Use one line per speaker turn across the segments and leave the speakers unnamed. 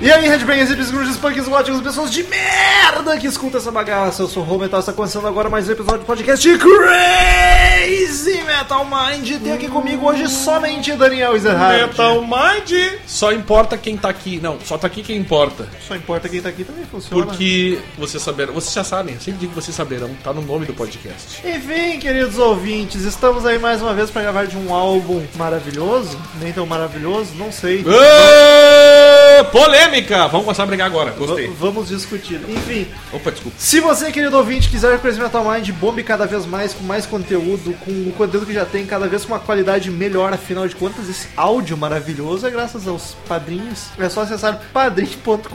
E aí, Headbangers, Hips, Grunges, Punks, Góticos, pessoas de merda que escuta essa bagaça. Eu sou o Rô Metal, está começando agora mais um episódio do podcast Crazy Metal Mind. E Tem aqui comigo hoje somente Daniel Ezerhard.
Metal Mind! Só importa quem tá aqui. Não, só tá aqui quem importa.
Só importa quem tá aqui também funciona.
Porque vocês saberão. Vocês já sabem, eu sempre digo que vocês saberão, tá no nome do podcast.
Enfim, queridos ouvintes, estamos aí mais uma vez para gravar de um álbum maravilhoso. Nem tão maravilhoso, não sei.
Ah! Ê, Polêmica! Vamos começar a brigar agora.
V-
Gostei.
vamos discutir. Enfim,
Opa, desculpa.
Se você, querido ouvinte, quiser o Crazy Metal Mind, bombe cada vez mais, com mais conteúdo, com o conteúdo que já tem, cada vez com uma qualidade melhor, afinal de contas, esse áudio maravilhoso é graças aos padrinhos. É só acessar padrim.com.br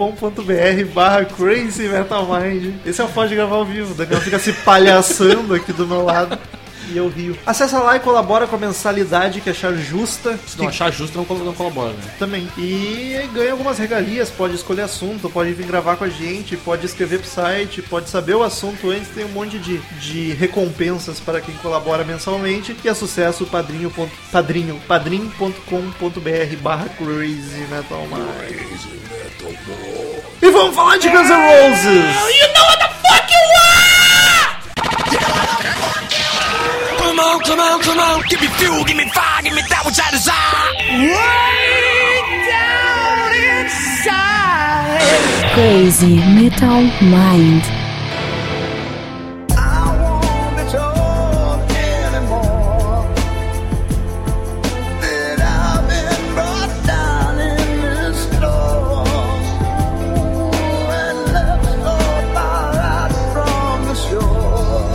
barra Crazy Metal Mind. Esse é o foda de gravar ao vivo, o Daniel fica se palhaçando aqui do meu lado. E eu rio. Acessa lá e colabora com a mensalidade que achar justa.
Se não achar justo, não, col- não colabora, né?
Também. E ganha algumas regalias, pode escolher assunto, pode vir gravar com a gente, pode escrever pro site, pode saber o assunto antes, tem um monte de, de recompensas para quem colabora mensalmente. E é sucesso padrinho. ponto- padrinho padrim.com.br barra crazy metal mind. E vamos falar de Guns N' Roses!
Come on, come on, come on. Give me fuel, give me fire, give me that which I desire. Way down inside.
Crazy Metal Mind.
I won't be told anymore that I've been brought down in this storm and left so far out from the shore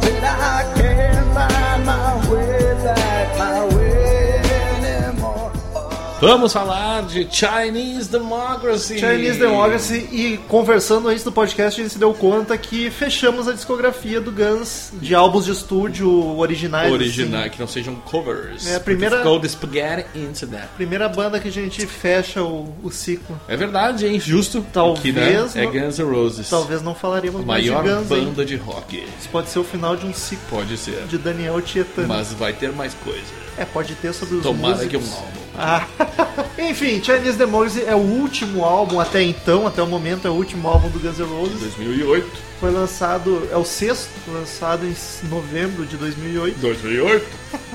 that I can't find my way back, my way anymore.
Vamos falar de Chinese Democracy.
Chinese Democracy e conversando antes do podcast, a gente se deu conta que fechamos a discografia do Guns de álbuns de estúdio originais. assim.
Original, que não sejam covers.
É, a primeira-
Porque Ficou The Spaghetti Incident.
Primeira banda que a gente fecha o, o ciclo.
É verdade, hein? Justo.
Talvez
Aqui, né? É
não-
Guns N' Roses.
Talvez não falaremos mais de
Maior
Guns, hein?
banda de rock.
Isso pode ser o final de um ciclo
Pode ser.
de Daniel Tietano.
Mas vai ter mais coisa.
É, pode ter sobre os
Tomara
músicos.
que um álbum.
Ah. Enfim, Chinese Democracy é o último álbum até então, até o momento é o último álbum do Guns N' Roses.
2008.
Foi lançado, é o sexto, lançado em novembro de 2008.
2008?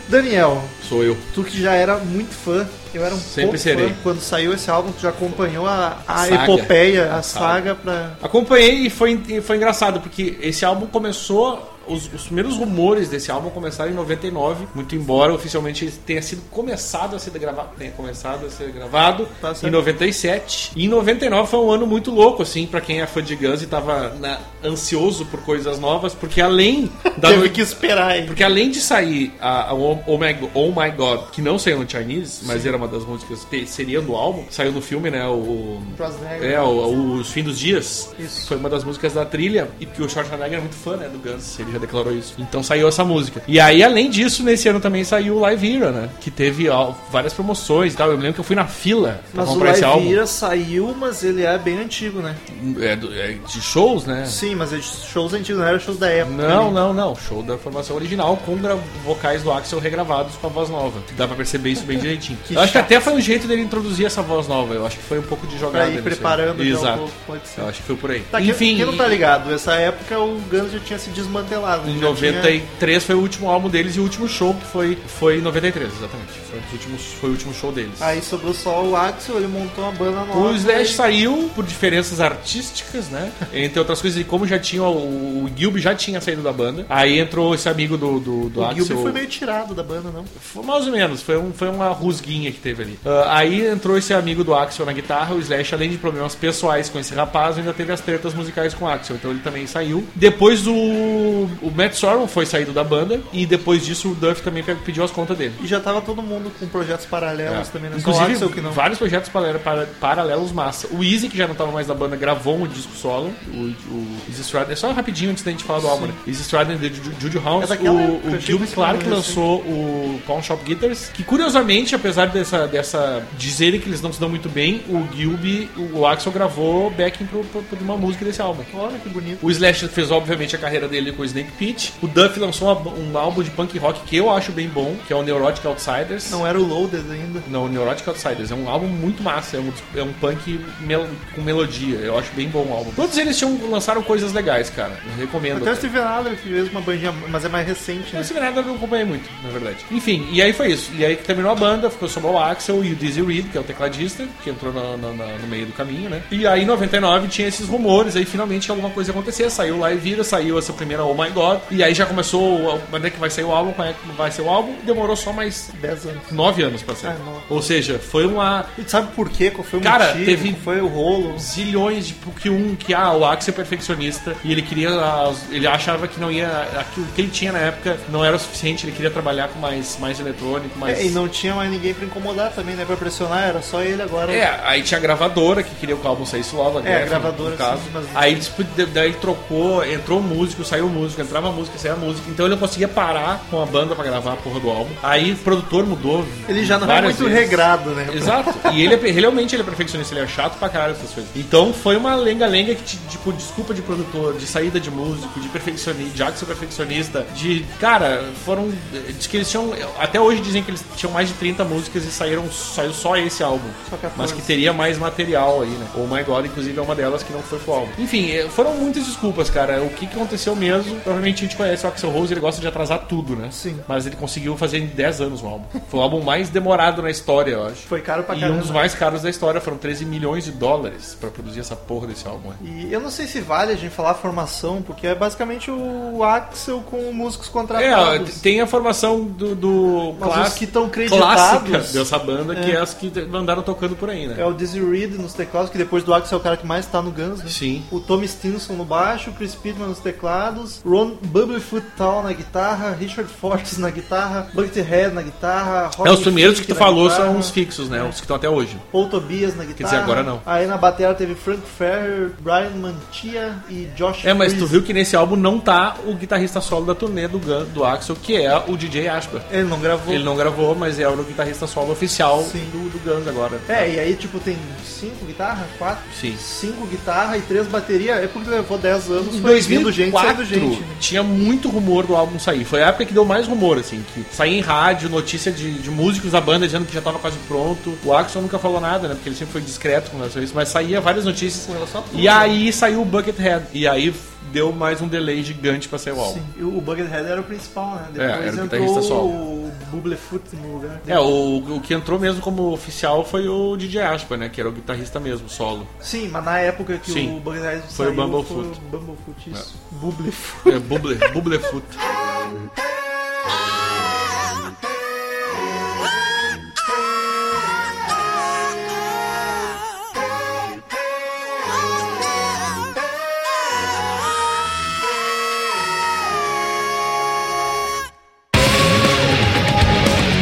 Daniel,
Sou eu.
tu que já era muito fã, eu era um
Sempre
pouco
serei.
fã quando saiu esse álbum, tu já acompanhou a, a
Saga. É,
epopeia, a saga pra
Acompanhei e foi, e foi engraçado, porque esse álbum começou. Os, os primeiros rumores desse álbum começaram em 99, muito embora oficialmente ele tenha sido começado a ser gravado, tenha começado a ser gravado
Tá certo.
em 97. E em 99 foi um ano muito louco assim pra quem é fã de Guns e tava na- ansioso por coisas novas, porque além da
Teve
no-
que esperar aí.
Porque além de sair a, a oh, oh my, Go- Oh My God, que não saiu no Chinese, mas era uma das músicas que seria do álbum, saiu no filme, né? O.
Schwarzenegger.
É, o, o Os Fim dos Dias.
Isso.
Foi uma das músicas da trilha. E que o Schwarzenegger é muito fã, né? Do Guns, ele já declarou isso. Então saiu essa música. E aí, além disso, nesse ano também saiu o Live Era, né? Que teve ó, várias promoções e tal. Eu me lembro que eu fui na fila pra
Mas o
comprar esse álbum.
Live Era saiu, mas ele é bem antigo, né?
É, do- é de shows, né?
Sim, mas é de shows antigos, não era shows da época.
Não,
né?
não, não. Show da formação original com gra- vocais do Axel regravados com a voz nova. Dá pra perceber isso bem direitinho.
Que
eu acho que
chato.
até foi um jeito dele introduzir essa voz nova. Eu acho que foi um pouco de jogada.
Pra ir
não sei.
preparando já um
Exato.
pouco, pode ser.
Eu acho que foi por aí.
Tá, quem-
Enfim,
Quem não tá ligado, essa época o Guns já tinha se desmantelado.
em
já
93 foi o último álbum deles e o último show que foi, foi em 93, exatamente. Foi, os últimos, foi o último show deles.
tinha- Aí sobrou só o Axel, ele montou uma banda nova.
O Slash
e-
saiu por diferenças artísticas, né? Entre outras coisas, e como já tinha o, o Gilby já tinha saído da banda. Aí entrou esse amigo do, do, do
O
Axel.
Gilby foi meio tirado da banda, não?
Foi mais ou menos, foi, um, foi uma rusguinha que teve ali. Ah, aí entrou esse amigo do Axel na guitarra, o Slash, além de problemas pessoais com esse rapaz, ainda teve as tretas musicais com o Axel, então ele também saiu. Depois o, o Matt Sorum foi saído da banda, e depois disso o Duff também pe- pediu as contas dele.
E já tava todo mundo com projetos paralelos também, né? só o
É. Inclusive,
Axel que não.
vários projetos para- para- paralelos massa. O Easy, que já não tava mais na banda, gravou um disco solo. O, o Easy Stradlin, só rapidinho antes da gente falar do álbum, né? Easy Stradlin de Ju- Judy
É
Hounds,
daquela época,
o,
eu
o
achei
Gilby
muito
Clark
maneiro,
lançou o Pawn Shop Guitars, que curiosamente, apesar dessa, dessa dizerem que eles não se dão muito bem, o Gilby, o Axel gravou backing pro, pro, pra uma música desse álbum.
Olha que bonito.
O Slash fez, obviamente, a carreira dele com o Snake Pit. O Duff lançou uma- um álbum de punk rock que eu acho bem bom, que é o Neurotic Outsiders.
Não era o Loaded ainda.
Não, Neurotic Outsiders. É um álbum muito massa. É um, é um punk mel- com melodia. Eu acho bem bom o álbum. Todos eles tinham, lançaram coisas legais, cara. Eu recomendo.
Até o
cara.
Steven Adler que fez uma bandinha, mas é mais recente, né?
Esse Bernardo eu não acompanhei muito, na verdade. Enfim, e aí foi isso. E aí que terminou a banda, ficou só o Axel e o Dizzy Reed, que é o tecladista, que entrou na- na- na- no meio do caminho, né? E aí em 99 tinha esses rumores, aí finalmente alguma coisa ia acontecer. Saiu lá e vira, saiu essa primeira Oh My God. E aí já começou o- quando é que vai sair o álbum, quando é que vai ser o álbum. Demorou só mais
10 anos.
nove anos pra sair.
Ah, não.
Ou seja, foi uma
E tu sabe por quê? Qual foi o
Cara,
motivo?
teve-
Qual foi o rolo?
zilhões de porque um que ah, o Axel é perfeccionista e ele queria as- ele achava que não ia aquilo que ele tinha na época não era o suficiente, ele queria trabalhar com mais mais eletrônico, mais
É, e não tinha mais ninguém pra incomodar também, né? Pra pressionar, era só ele agora.
É, aí tinha a gravadora que queria que o álbum saísse logo, a Geffen,
É, gravadora,
no caso.
sim, mas-
Aí tipo, de- daí trocou, entrou músico, saiu músico, entrava música, saía música. Então ele não conseguia parar com a banda pra gravar a porra do álbum. Aí o produtor mudou.
Ele já não é
várias
muito
vezes.
regrado, né?
Exato. E ele, é pe- realmente ele é perfeccionista, ele é chato pra caralho essas coisas. Então foi uma lenga-lenga que, ti- tipo, desculpa de produtor, de saída de músico, de perfeccionista, de axo perfeccionista, de. Cara, foram. Diz que eles tinham. Até hoje dizem que eles tinham mais de 30 músicas e saíram, saiu só esse álbum.
Só 14.
Mas que teria mais material aí, né? O My God, inclusive, é uma delas que não foi pro álbum. Enfim, eh, foram muitas desculpas, cara. O que que aconteceu mesmo? Provavelmente a gente conhece o Axel Rose, ele gosta de atrasar tudo, né?
Sim.
Mas ele conseguiu fazer em 10 anos o álbum. Foi o álbum mais demorado na história, eu acho.
Foi caro pra
E
caramba.
um dos mais caros da história foram 13 milhões de dólares pra produzir essa porra desse álbum. né?
E eu não sei se vale a gente falar a formação, porque é basicamente o Axel com músicos
É,
contratados.
tem a formação do, do
Mas
clássico-
os que estão
clássica
creditados
dessa banda, que
É.
é as que andaram tocando por aí,
é
né?
o Dizzy Reed nos teclados, que depois do Axel é o cara que mais tá no Guns, né?
Sim.
O Tom Stinson no baixo, o Chris Pittman nos teclados, Ron Bubblefoot Tal na guitarra, Richard Fortes na guitarra, Buckethead na guitarra,
É, os primeiros que
Fick
tu
na
falou
guitarra, É.
são os fixos, né? Os que estão até hoje.
Paul Tobias na guitarra.
dizer, agora não.
Aí na bateria teve Frank Ferrer, Brian Mantia e Josh
É, mas tu
Freese.
viu que nesse álbum não tá o guitarrista solo da turnê do, Gun, do Axel, que é o DJ Ashburn.
Ele não gravou.
Ele não gravou, mas é o guitarrista solo oficial
Sim.
do, do Guns agora.
É, e aí, tipo, tem cinco guitarras? Quatro?
Sim.
Cinco guitarras e três baterias. É porque levou 10 anos.
Em
foi vindo
2004
gente, saindo gente. né?
tinha muito rumor do álbum sair. Foi a época que deu mais rumor, assim, que saía em rádio, notícia de, de músicos da banda dizendo que já tava quase pronto. O Axel nunca falou nada, né? Porque ele sempre foi discreto com relação a isso, mas saía várias notícias
Com relação a tudo,
E
né?
aí saiu o Buckethead. E aí deu mais um delay gigante pra sair o álbum.
Sim. E o Buckethead era o principal, né?
É, era o
Depois
guitarrista
entrou
solo.
o Bublefoot no lugar dele.
É, o, o que entrou mesmo como oficial foi o DJ Aspa, né? Que era o guitarrista mesmo, solo.
Sim, mas na época que
Sim.
o Buckethead
Foi
saiu,
o Bumblefoot.
Foi o Bumblefoot, isso. Bublefoot.
É, Buble, Bublefoot.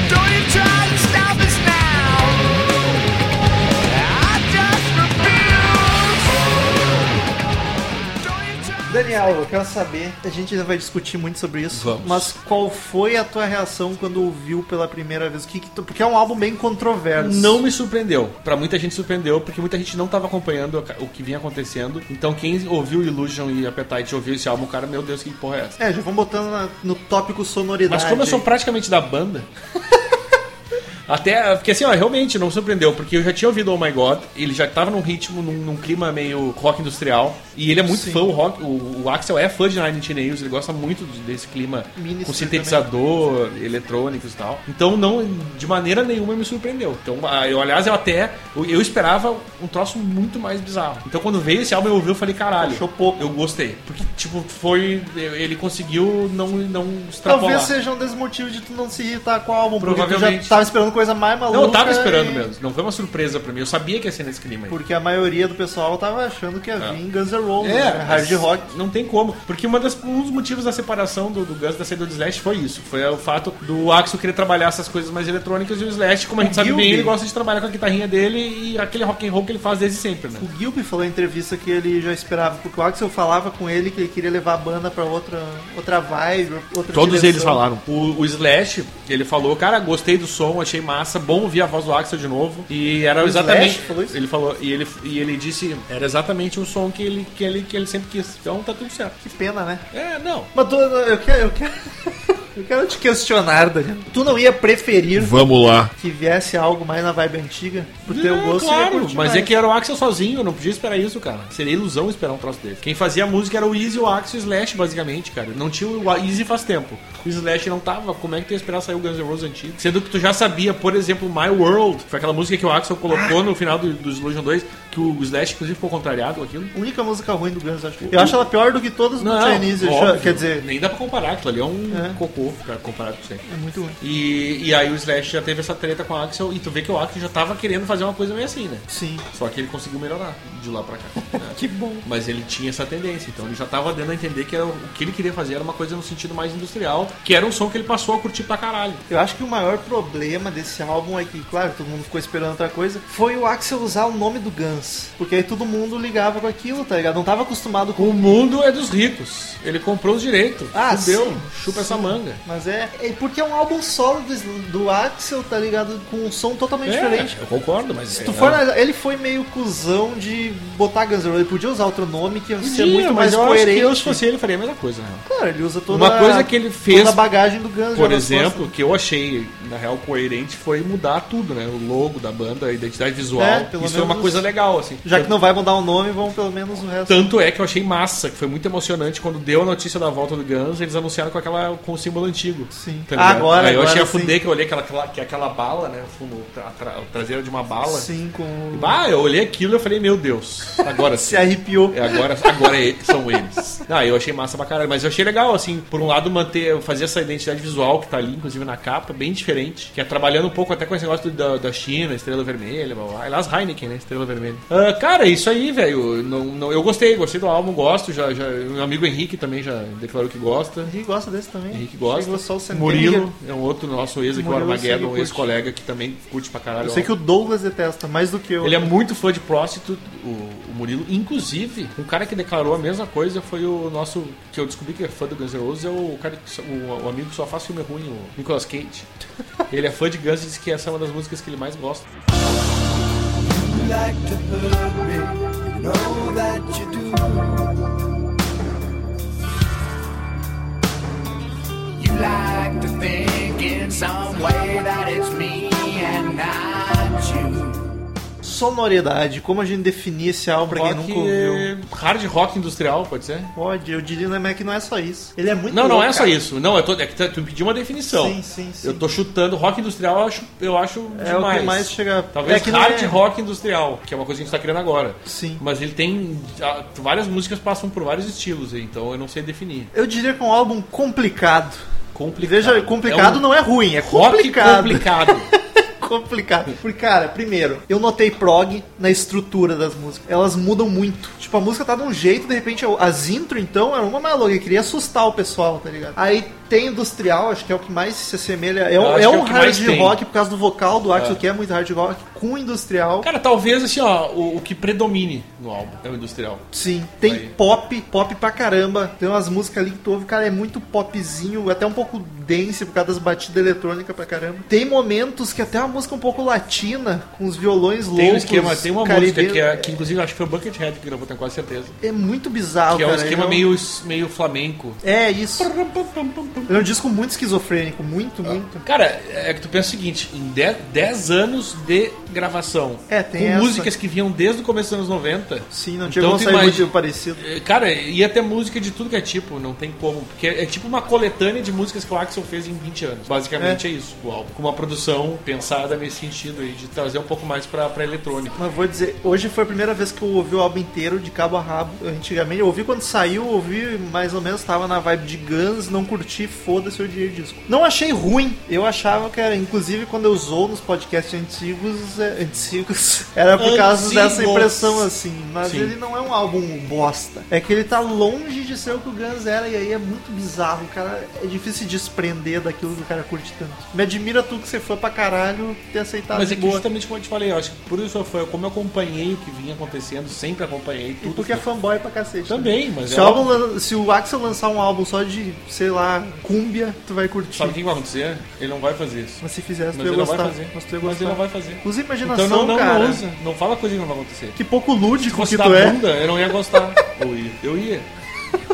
Don't you try to stop us now. I just refuse. Don't you try.
Daniel, eu quero saber, a gente ainda vai discutir muito sobre isso,
Vamos.
mas qual foi a tua reação quando ouviu pela primeira vez? O que que tu- porque é um álbum bem controverso.
Não me surpreendeu. Pra muita gente surpreendeu, porque muita gente não tava acompanhando o que vinha acontecendo. Então quem ouviu Illusion e Appetite ouviu esse álbum, o cara, meu Deus, que porra é essa?
É, já vamos botando na- no tópico sonoridade.
Mas como eu sou
aí.
praticamente da banda. Até, porque assim, ó, realmente não surpreendeu, porque eu já tinha ouvido Oh My God, ele já tava num ritmo, num, num clima meio rock industrial, e ele é muito
Sim.
fã, o, rock, o, o Axel é fã de Nine Inch Nails, ele gosta muito de- desse clima
Ministry
com sintetizador, eletrônicos e tal. Então, não, de maneira nenhuma me surpreendeu. Então, ah, eu, aliás, eu até, eu, eu esperava um troço muito mais bizarro. Então, quando veio esse álbum, eu ouvi, eu falei, caralho,
Achou pouco.
eu gostei. Porque, tipo, foi, ele conseguiu não, não extrapolar.
Talvez seja um dos motivos de tu não se irritar com o álbum, porque tu já
Provavelmente.
tava esperando coisa mais maluca.
Não, eu tava esperando
e-
mesmo. Não foi uma surpresa pra mim. Eu sabia que ia ser nesse clima aí.
É. Porque a maioria do pessoal tava achando que ia
É.
vir Guns N' Roses,
É,
né? hard rock.
Não tem como. Porque uma das- um dos motivos da separação do, do Guns da saída do Slash foi isso. Foi o fato do Axel querer trabalhar essas coisas mais eletrônicas e o Slash, como a gente sabe bem,
Gilby.
ele gosta de trabalhar com a guitarrinha dele e aquele rock and roll que ele faz desde sempre, né?
O Gilby falou em entrevista que ele já esperava, porque o Axel falava com ele que ele queria levar a banda pra outra, outra vibe, outra
Todos
direção.
eles falaram. O, o Slash, ele falou, cara, gostei do som, achei massa, bom ouvir a voz do Axel de novo. E era
O
exatamente.
Slash falou isso?
Ele falou, e ele, e ele disse, era exatamente o som que ele, que, ele, que ele sempre quis. Então tá tudo certo.
Que pena, né?
É, não.
Mas tu, eu quero. Eu quero... Eu quero te questionar, Daniel. Tu não ia preferir
Vamos lá.
que viesse algo mais na vibe antiga? Pro teu
É,
gosto,
claro,
eu ia curtir
mas é
mais.
que era o Axel sozinho, eu não podia esperar isso, cara. Seria ilusão esperar um troço dele. Quem fazia a música era o Easy, o Axel e o Slash, basicamente, cara. Não tinha o Easy faz tempo. O Slash não tava. Como é que tu ia esperar sair o Guns N' Roses antigo? Sendo que tu já sabia, por exemplo, My World, que foi aquela música que o Axel colocou no final do, do Illusion 2, que o Slash, inclusive, ficou contrariado com aquilo.
A única música ruim do Guns, eu acho. Eu acho ela pior do que todas do Chinese. eu acho-
óbvio,
Quer dizer,
Nem dá pra comparar, aquilo ali é um
É.
cocô, cara, comparado com isso aí.
é muito ruim.
E, e aí o Slash já teve essa treta com o Axel, e tu vê que o Axel já tava querendo fazer uma coisa meio assim, né?
Sim.
Só que ele conseguiu melhorar de lá pra cá. né?
Que bom.
Mas ele tinha essa tendência, então ele já tava dando a entender que era, o que ele queria fazer era uma coisa no sentido mais industrial, que era um som que ele passou a curtir pra caralho.
Eu acho que o maior problema desse álbum é que, claro, todo mundo ficou esperando outra coisa, foi o Axel usar o nome do Guns. Porque aí todo mundo ligava com aquilo, tá ligado? Não tava acostumado com.
O mundo é dos ricos. Ele comprou os direitos.
Ah,
fudeu,
sim,
chupa essa manga.
Mas é, é porque é um álbum solo do, do Axel, tá ligado? Com um som
É
totalmente diferente.
eu concordo, mas é um
Se tu for, na- ele foi meio cuzão de botar Guns N' Roses. Ele podia usar outro nome que ia ser muito mais
mas eu acho que
coerente.
eu, se fosse ele, faria a mesma coisa, né?
Claro, ele usa toda
Uma coisa que ele fez,
toda a bagagem do Guns.
Por
nas costas.
exemplo, que eu achei, na real, coerente foi mudar tudo, né? O logo da banda, a identidade visual.
É, pelo
Isso foi uma
menos-
coisa legal, assim.
Já que não vai mudar o nome, vão pelo menos o resto.
Tanto é que eu achei massa, que foi muito emocionante quando deu a notícia da volta do Guns, eles anunciaram com aquela com o símbolo antigo.
Sim.
Tá ligado?
Agora,
Aí eu
agora
achei a
sim.
fuder que eu olhei aquela, aquela, que aquela bala, né? o Fumo, tra, tra- o traseiro de uma bala.
Sim, com.
Ah, eu olhei aquilo e eu falei, meu Deus, agora sim.
Se arrepiou.
É, agora, agora é- são eles. Ah, eu achei massa pra caralho, mas eu achei legal, assim, por um lado, manter, fazer essa identidade visual que tá ali, inclusive na capa, bem diferente, que é trabalhando um pouco até com esse negócio do- da, da China, Estrela Vermelha, blá, blá, blá. Aliás, Heineken, né? Estrela Vermelha. Ah, cara, é isso aí, velho. Não, não- eu gostei, gostei do álbum, gosto. Já, já, meu amigo Henrique também já declarou que gosta.
Henrique gosta desse também.
Henrique gosta.
Chegou só o Centeno.
Murilo é um outro nosso ex aqui, o
Murilo eu sei que
Armageddon,
curte.
ex-colega que também curte pra caralho.
Eu sei que o Douglas detesta mais do que eu.
Ele é muito fã de Prostitute, o, o Murilo. Inclusive, um cara que declarou a mesma coisa foi o nosso. Que eu descobri que é fã do Guns N' Roses, é o, cara que só- o, o amigo que só faz filme ruim, o Nicolas Cage. Ele é fã de Guns e diz que essa é uma das músicas que ele mais gosta.
like to hurt me, you know that you do. You like to think in some way that it's me and not you.
Sonoridade, como a gente definir esse álbum pra quem
Rock,
nunca ouviu?
eh, Hard rock industrial, pode ser?
é- Pode, eu diria né, mas é que não é só isso. Ele é muito
Não, não
louco,
é só
cara.
isso. Não, eu tô, é que tu- tu me pediu uma definição.
Sim, sim, sim.
Eu tô chutando. Rock industrial eu acho, eu acho
É
demais.
o que mais chega.
Talvez
é que não
hard
é-
rock industrial, que é uma coisa que a gente tá criando agora.
Sim.
Mas ele tem. ah, Várias músicas passam por vários estilos, então eu não sei definir.
Eu diria que é um álbum complicado.
Complicado.
Veja, complicado
um
não é ruim, é
rock
complicado.
complicado.
complicado. Porque, cara, primeiro, eu notei prog na estrutura das músicas. Elas mudam muito. Tipo, a música tá de um jeito, de repente, eu- as intro, então, era uma maluca. Eu queria assustar o pessoal, tá ligado? Aí tem industrial, acho que é o que mais se assemelha. É
Eu
um,
acho
é
que é
um
o que mais
hard
tem.
rock por causa do vocal do Axel, que é muito hard rock, com industrial.
Cara, talvez assim, ó, o, o que predomine no álbum é o industrial.
Sim, tem
Aí.
pop, pop pra caramba. Tem umas músicas ali que tu ouve, cara, é muito popzinho, até um pouco dense por causa das batidas eletrônicas pra caramba. Tem momentos que até é uma música um pouco latina, com os violões loucos.
Tem um esquema, tem uma música
caribe-
que, é, que inclusive eu acho que foi o Buckethead que gravou, tenho quase certeza.
É muito bizarro,
Que é um
cara.
esquema
é
meio, meio flamenco.
É isso. É um disco muito esquizofrênico, muito,
Ah.
muito.
Cara, é que tu pensa o seguinte, em 10 anos de gravação,
É, tem
com
essa.
músicas que vinham desde o começo dos anos 90,
Sim, não tinha
Então
como
tu
sair
imagina-
muito parecido.
eh, cara, ia ter música de tudo que é tipo, não tem como, porque é tipo uma coletânea de músicas que o Axel fez em 20 anos. Basicamente é, isso, o álbum. Com uma produção pensada nesse sentido aí, de trazer um pouco mais pra, pra eletrônica.
Mas vou dizer, hoje foi a primeira vez que eu ouvi o álbum inteiro de cabo a rabo. Antigamente, eu ouvi quando saiu, eu ouvi mais ou menos, tava na vibe de Guns, não curti, foda-se, eu odiei o disco. Não achei ruim, eu achava que era, inclusive quando eu usou nos podcasts antigos, é, antigos, era por causa
Antigos.
dessa impressão assim. Mas
Sim.
ele não é um álbum bosta, é que ele tá longe de ser o que o Guns era, e aí é muito bizarro, cara. É difícil se desprender daquilo que o cara curte tanto. Me admira tu que você foi pra caralho ter aceitado
Mas
Tá de
é que
boa.
justamente como eu te falei, eu acho que por isso eu fui, como eu acompanhei o que vinha acontecendo, sempre acompanhei
E
tudo.
tu que é fanboy pra cacete. né?
Também, mas
Se
é
o,
óbvio.
álbum lan- se o Axel lançar um álbum só de, sei lá, cúmbia, tu vai curtir.
Sabe o que vai acontecer? Ele não vai fazer isso.
Mas se fizesse, tu
Mas
ia
ele não vai
gostar.
fazer.
Mas tu ia
Mas
gostar.
ele não vai fazer.
Usa a imaginação,
Então não, não,
cara.
não usa. Não fala coisa que não vai acontecer.
Que pouco
Se
lúdico
fosse
que
dar
tu é.
bunda, eu não ia gostar. Eu ia. Eu ia.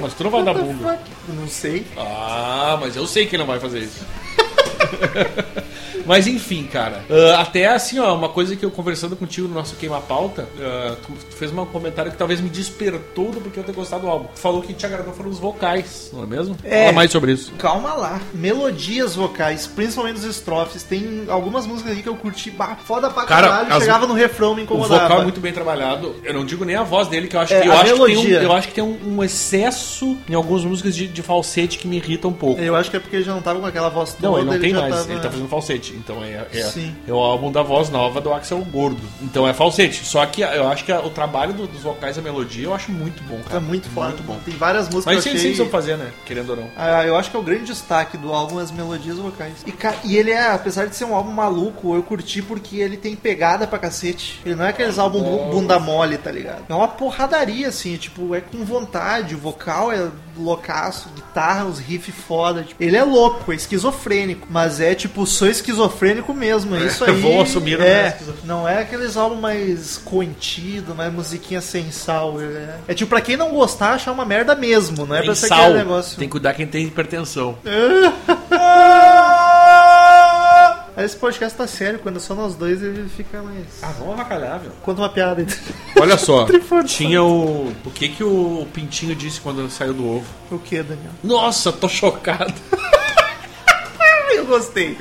Mas tu não vai dar bunda.
Eu Não sei.
Ah, mas eu sei que ele não vai fazer isso. Mas enfim, cara. Ah, até assim, ó, uma coisa que eu conversando contigo no nosso queima-pauta, ah, tu, tu fez um comentário que talvez me despertou do porquê eu ter gostado do álbum. Tu falou que te agradou foram os vocais, não é mesmo?
É.
Fala mais sobre isso.
Calma lá. Melodias vocais, principalmente os estrofes. Tem algumas músicas aí que eu curti bah, foda pra
Cara,
caralho.
as-
Chegava no refrão, me
O
incomodava.
vocal é muito bem trabalhado. Eu não digo nem a voz dele, que eu acho
É,
que eu
a
acho que, tem um,
melodia.
eu acho que tem um, um excesso em algumas músicas de, de falsete que me irrita um pouco.
Eu acho que é porque ele já não tava com aquela voz toda.
Não, ele não tem
já
mais,
tava-
ele tá fazendo falsete. Então é, é,
Sim.
é o álbum da voz nova do Axel Gordo. Então é falsete. Só que eu acho que a- o trabalho do- dos vocais e a melodia eu acho muito bom,
Tá
cara.
muito foda.
Muito bom.
Tem várias músicas
Mas
que
sim,
eu
sim,
achei...
precisam fazer, né? Querendo ou não.
Ah, eu acho que é o grande destaque do álbum é as melodias vocais. E, ca- e ele é, apesar de ser um álbum maluco, eu curti porque ele tem pegada pra cacete. Ele não é aqueles álbum bu- bunda mole, tá ligado? É uma porradaria, assim, tipo, é com vontade, o vocal é loucaço, guitarra, os riffs foda. tipo, ele é louco, é esquizofrênico, mas é tipo, sou esquizofrênico mesmo, é isso aí.
Vou assumir o meu
é,
esquizofrenia.
não é aqueles álbuns mais contido, mais musiquinha sem sal. É, é tipo, pra quem não gostar, achar uma merda mesmo, não é pra
Tem
ser
sal.
aquele negócio. É.
Tem que cuidar quem tem hipertensão.
Aí Esse podcast tá sério, quando é só nós dois ele fica mais.
Ah, vamos avacalhar, velho.
Conta uma piada então. aí.
Olha só,
Triforçado.
tinha o. O que que o Pintinho disse quando saiu do ovo?
O que, Daniel?
Nossa, tô chocado.
Ah, eu gostei.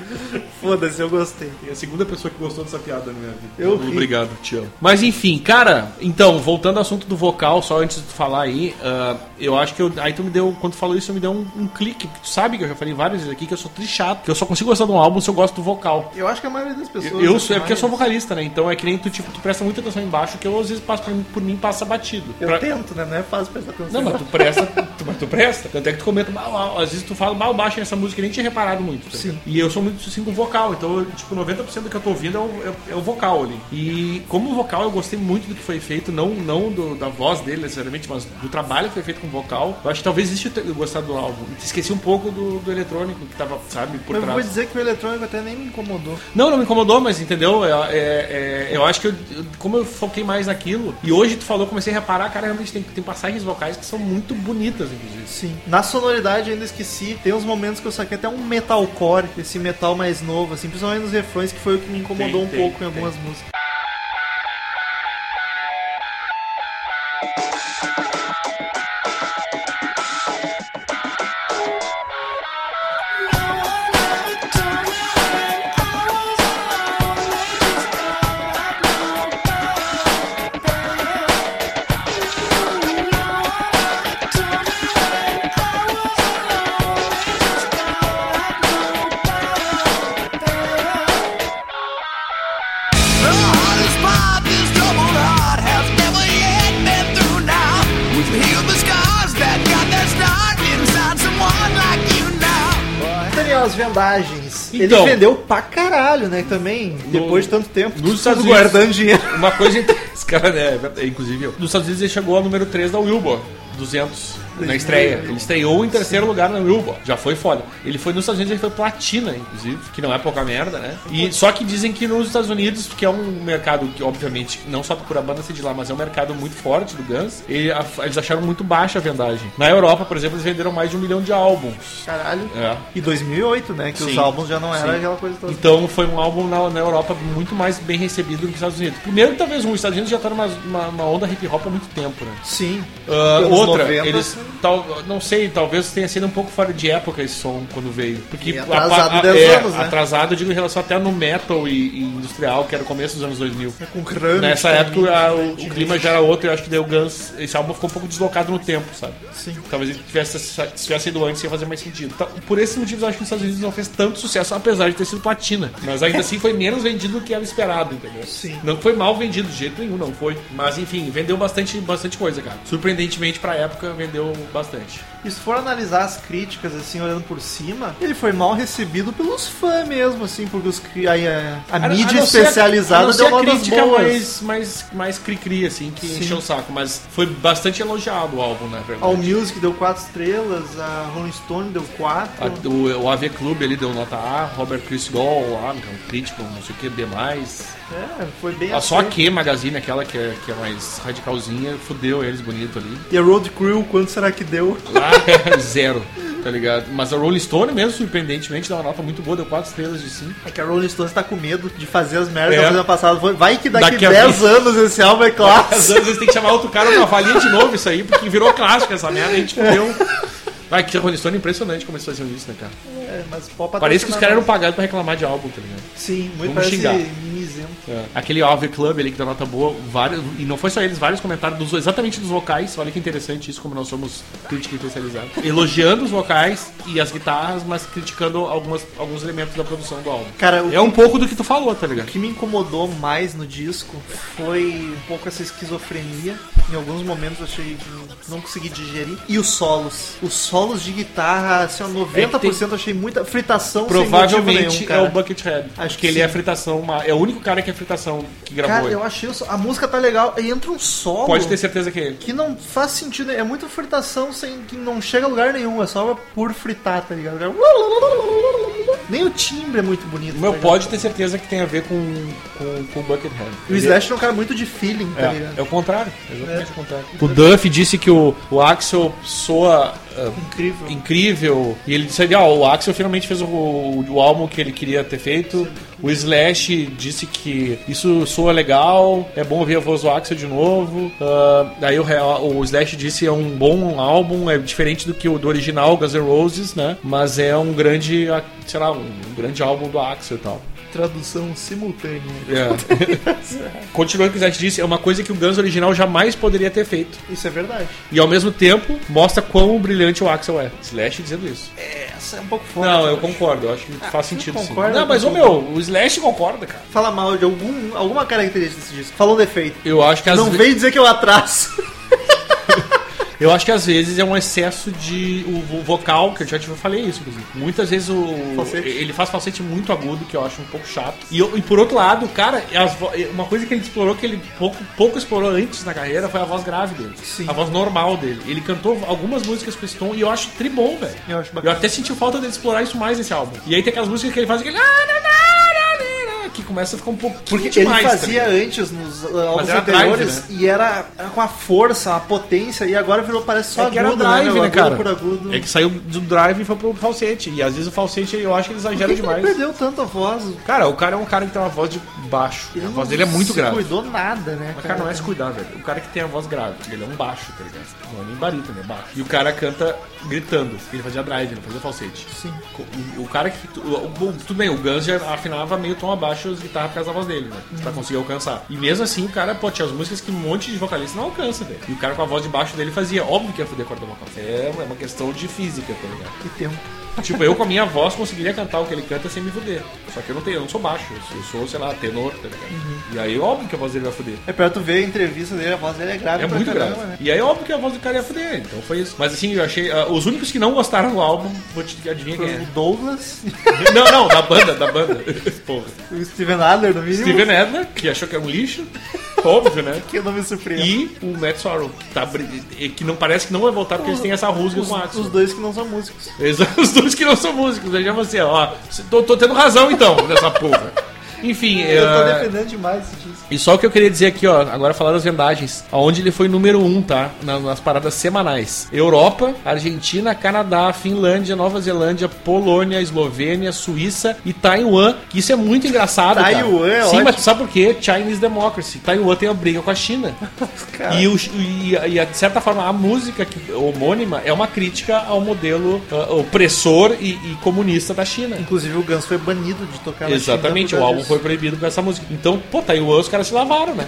Foda-se, eu gostei.
É a segunda pessoa que gostou dessa piada na minha vida.
Eu ri.
Obrigado, te amo. Mas enfim, cara, então, voltando ao assunto do vocal, só antes de tu falar aí, ah, eu acho que eu, aí tu me deu, quando tu falou isso, eu me deu um, um clique. porque Tu sabe que eu já falei várias vezes aqui que eu sou trichato, que eu só consigo gostar de um álbum se eu gosto do vocal.
Eu acho que a maioria das pessoas.
Eu, eu
acho
sou, é porque eu sou
mais-
vocalista, né? Então é que nem tu, tipo, tu presta muita atenção embaixo, que eu às vezes passo pra mim, por mim passa batido.
Eu
Pra-
tento, né? Não é fácil prestar atenção.
Não, mas tu presta, tu, mas tu presta. Tanto é que tu comenta mal, mal. Às vezes tu fala mal baixo nessa música, eu nem tinha reparado muito. tá
Sim.
ligado? E eu sou muito assim com vocal, então, eu, tipo, 90% do que eu tô ouvindo é o, é- é o vocal ali. E como vocal, eu gostei muito do que foi feito, não, não do- da voz dele necessariamente, mas do trabalho que foi feito com vocal. Eu acho que talvez isso eu tenha gostado do álbum. Esqueci um pouco do, do eletrônico que tava, sabe, por
Eu vou
trás.
dizer que o eletrônico até nem me incomodou.
Não, não me incomodou, mas entendeu? É, é- é- eu acho que eu- eu- como eu foquei mais naquilo, e hoje tu falou, eu comecei a reparar, cara, realmente tem, tem passagens vocais que são muito bonitas, inclusive.
Sim. Na sonoridade eu ainda esqueci. Tem uns momentos que eu saquei até um metalcore, esse metal mais novo, assim, principalmente nos refrões, que foi o que me incomodou
Tem,
um
tem,
pouco
tem.
em algumas músicas.
The hardest part this troubled heart has never yet been through now. We've healed the scars that got their start inside someone like you now.
Ah, Daniel, as vendagens.
Então.
Ele vendeu pra caralho, né? Também, depois de tanto tempo.
nos Estados Unidos.
guardando dinheiro.
Uma coisa. Esse cara, né? é, Inclusive, eu. nos Estados Unidos ele chegou ao número 3 da Wilbur, 200, na estreia. Ele estreou em terceiro lugar na Wilbur. Já foi foda. Ele foi nos Estados Unidos, ele foi platina, inclusive, que não é pouca merda, né? E só que dizem que nos Estados Unidos, que é um mercado que, obviamente, não só procura a banda ser de lá, mas é um mercado muito forte do Guns, ele- a- eles acharam muito baixa a vendagem. Na Europa, por exemplo, eles venderam mais de um milhão de álbuns.
Caralho.
É.
E 2008, né? Que os
Sim,
álbuns já não eram
sim.
aquela coisa toda.
Então foi um álbum na, na Europa muito mais bem recebido do que nos Estados Unidos. Primeiro, talvez um, os Estados Unidos já tá numa uma, uma onda hip hop há muito tempo, né?
Sim.
Ah,
Pelos
outra,
90,
eles tal, não sei, talvez tenha sido um pouco fora de época esse som quando veio. Porque
E atrasado 10 anos, né?
é, Atrasado, eu digo em relação até no metal e, e industrial, que era o começo dos anos 2000.
É, Com crunch.
Nessa
também,
época a- o, o
diferente. né?
clima já era outro e eu acho que deu Guns. Esse álbum ficou um pouco deslocado no tempo, sabe?
Sim.
Talvez ele tivesse, se tivesse ido antes ia fazer mais sentido. Tá, por esses motivos, eu acho que os Estados Unidos não fez tanto sucesso, apesar de ter sido platina. Mas ainda assim foi menos vendido do que era esperado, entendeu?
Sim.
Não foi mal vendido de jeito nenhum, não foi. Mas enfim, vendeu bastante, bastante coisa, cara. Surpreendentemente pra época, vendeu bastante.
E se for analisar as críticas, assim, olhando por cima, ele foi mal recebido pelos fãs mesmo, assim, porque os, cri- aí, a, a
A- a
mídia
não ser- a
especializada
não ser
deu
a
notas
crítica
boas.
mais, mais, mais cri-cri, assim, que
Sim.
encheu o saco. Mas foi bastante elogiado o álbum, né, na verdade.
All Music deu 4 estrelas, a Rolling Stone deu 4.
A- o, o AV Clube ali deu nota A, Robert Chris Goll, ah, um crítico, não sei o que, demais.
É, foi bem
Ah, só a
aceito.
Q Magazine, aquela que é, que é mais radicalzinha, fudeu eles bonito ali.
E a Road Crew, quanto será que deu?
Lá é zero, tá ligado? Mas a Rolling Stone mesmo, surpreendentemente, dá uma nota muito boa, deu 4 estrelas de 5.
É que a Rolling Stones tá com medo de fazer as merdas
É.
da semana passada. Foi- Vai que daqui,
Daqui a
10
vez.
anos esse álbum é
Às
clássico.
vezes eles têm que chamar outro cara pra avaliar de novo isso aí, porque virou clássico essa merda, a gente fudeu. Ah, que a Rolling Stone é impressionante como eles faziam isso, né, cara?
É, mas pode
Parece que os
patrocinar
caras eram
nós.
pagados pra reclamar de álbum, tá ligado?
Sim, muito
Vamos
parece
xingar.
mimizento.
É. Aquele AV Club ali que dá nota boa, vários, e não foi só eles, vários comentários dos- exatamente dos vocais. Olha que interessante isso, como nós somos crítica especializada. Elogiando os vocais e as guitarras, mas criticando algumas, alguns elementos da produção do álbum.
Cara, o
É um pouco do que tu falou, tá ligado?
O que me incomodou mais no disco foi um pouco essa esquizofrenia. Em alguns momentos eu achei que não consegui digerir. E os solos. Os solos de guitarra, assim, ó, 90% eu achei muita fritação sem
É Provavelmente
motivo nenhum,
é
cara.
o Buckethead.
Acho que
que ele
sim.
é a fritação, ma- é o único cara que é fritação que gravou.
Cara,
ele.
eu achei o so- a música tá legal, aí entra um solo
Pode ter certeza que é ele.
que não faz sentido, é muita fritação sem que não chega a lugar nenhum, é só por fritar, tá ligado? Nem o timbre é muito bonito.
Meu,
tá ligado?
pode ter certeza que tem a ver com, com, com o Buckethead.
O
Ele-
Slash é um cara muito de feeling, tá
É,
ligado?
é o contrário, é exatamente o contrário. O Duff disse que o, o Axel soa ah,
Incrível.
incrível. E ele disse ali, ó, o Axel finalmente fez o, o álbum que ele queria ter feito. O Slash disse que isso soa legal, é bom ouvir a voz do Axel de novo. Ah, Daí o, Re- o Slash disse é um bom álbum, é diferente do que o do original Guns N' Roses, né? Mas é um grande, ah, sei lá, um grande álbum do Axel e tal.
Tradução simultânea.
Continuando o que o Slash disse, é uma coisa que o Guns original jamais poderia ter feito.
Isso é verdade.
E ao mesmo tempo, mostra quão brilhante o Axel é. Slash dizendo isso.
Essa é um pouco foda.
Não,
cara.
eu concordo, eu acho que faz
tu
sentido sim.
concorda?
Não, mas o meu, o Slash concorda, cara.
Fala mal de algum, alguma característica desse disco. Falou defeito.
Eu acho que às
Não
ve-
vem dizer que eu atraso.
eu acho que às vezes é um excesso de o vo- vocal, que eu já te falei isso, inclusive. Muitas vezes o
Falsete.
ele faz falsete muito agudo, que eu acho um pouco chato. E, eu- e por outro lado, cara, as vo- uma coisa que ele explorou que ele pouco, pouco explorou antes na carreira foi a voz grave dele,
Sim.
a voz normal dele. Ele cantou algumas músicas com esse tom e eu acho tribom, velho.
Eu acho bacana.
Eu até senti falta dele explorar isso mais nesse álbum. E aí tem aquelas músicas que ele faz aquele. "Ah, na, na, na, na", Que começa a ficar um pouco
Porque
demais,
ele
tá
fazia
ligado?
antes nos uh, álbuns
era drive,
anteriores
né?
e era, era com a força, a potência, e agora virou parece só
É que era
agudo,
drive,
meu?
né,
Agudo
cara?
por agudo.
É que saiu do drive e foi pro falsete. E às vezes o falsete eu acho que ele
Por
exagera
que que ele
demais.
perdeu tanta voz?
cara, o cara é um cara que tem uma voz de baixo.
Ele
a
não
voz dele é muito
se
grave.
cuidou nada, né,
Mas,
cara?
cara, não é se cuidar, velho. O cara que tem a voz grave, ele é um baixo, tá ligado? Não é nem barítono, é baixo. E o cara canta gritando. Ele fazia drive, ele fazia falsete.
Sim.
O- O cara que. o- o- tudo bem, o Guns já afinava meio tom abaixo as guitarras por causa da voz dele, né? Pra conseguir alcançar. E mesmo assim, o cara, pô, tinha as músicas que um monte de vocalista não alcança, velho. E o cara com a voz de baixo dele fazia. Óbvio que ia foder a corda vocal. É, é uma questão de física, tá ligado?
Que tempo.
Tipo, eu com a minha voz conseguiria cantar o que ele canta sem me fuder. Só que eu não tenho, eu não sou baixo, eu sou, sei lá, tenor, tá ligado?
Uhum.
E aí, óbvio que a voz dele vai fuder.
É pra tu ver a entrevista dele, a voz dele é grave
É
pra
muito
caramba,
grave.
né?
E aí, óbvio que a voz do cara ia fuder, então foi isso. Mas assim, eu achei. ah, os únicos que não gostaram do álbum, vou te adivinhar quem
O Douglas,
é. Não, não, da banda, da banda. Porra.
o Steven Adler, no mínimo,
Steven Adler, que achou que era um lixo, óbvio, né?
que eu não me surpreendo.
E o Matt Sorrow, que, tá, bri- e que não parece que não vai voltar porque eles têm essa rusga
os,
com o Axel.
os dois que não são músicos.
Eles- Os dois que não são músicos, aí já você, ó. cê- Tô, tô tendo razão então nessa porra. Enfim,
Eu tô
eh,
defendendo demais esse disco.
e só o que eu queria dizer aqui, ó, agora falar das vendagens. Aonde ele foi número um, tá? Na- Nas, paradas semanais. Europa, Argentina, Canadá, Finlândia, Nova Zelândia, Polônia, Eslovênia, Suíça e Taiwan. Que isso é muito engraçado, cara.
Taiwan é
Sim,
ótimo.
mas sabe por quê? Chinese Democracy. Taiwan tem uma briga com a China.
Cara.
E, o, e, a- e a- de certa forma, a música que- homônima é uma crítica ao modelo ah, opressor e, e comunista da China.
Inclusive o Guns foi banido de tocar na
Exatamente,
China por
o
causa
álbum
disso.
foi proibido com essa música. Então, pô, Taiwan, os caras se lavaram, né?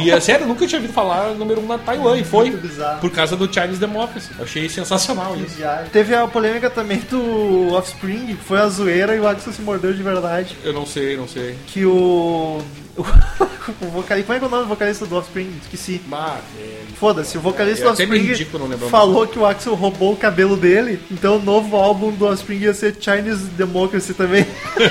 E é sério, eu nunca tinha ouvido falar número um na Taiwan, e foi
Muito bizarro.
por causa do Chinese Democracy. Eu achei sensacional isso.
Viagem. Teve a polêmica também do Offspring, que foi a zoeira e o Axel se mordeu de verdade.
Eu não sei, não sei.
Que o, o o vocalista, como é que é o nome do vocalista do Offspring? Esqueci.
Bah, velho.
Foda-se, o vocalista
É,
do
é até meio
Offspring
ridículo não lembrar o
falou que o Axel roubou o cabelo dele, então o novo álbum do Offspring ia ser Chinese Democracy também.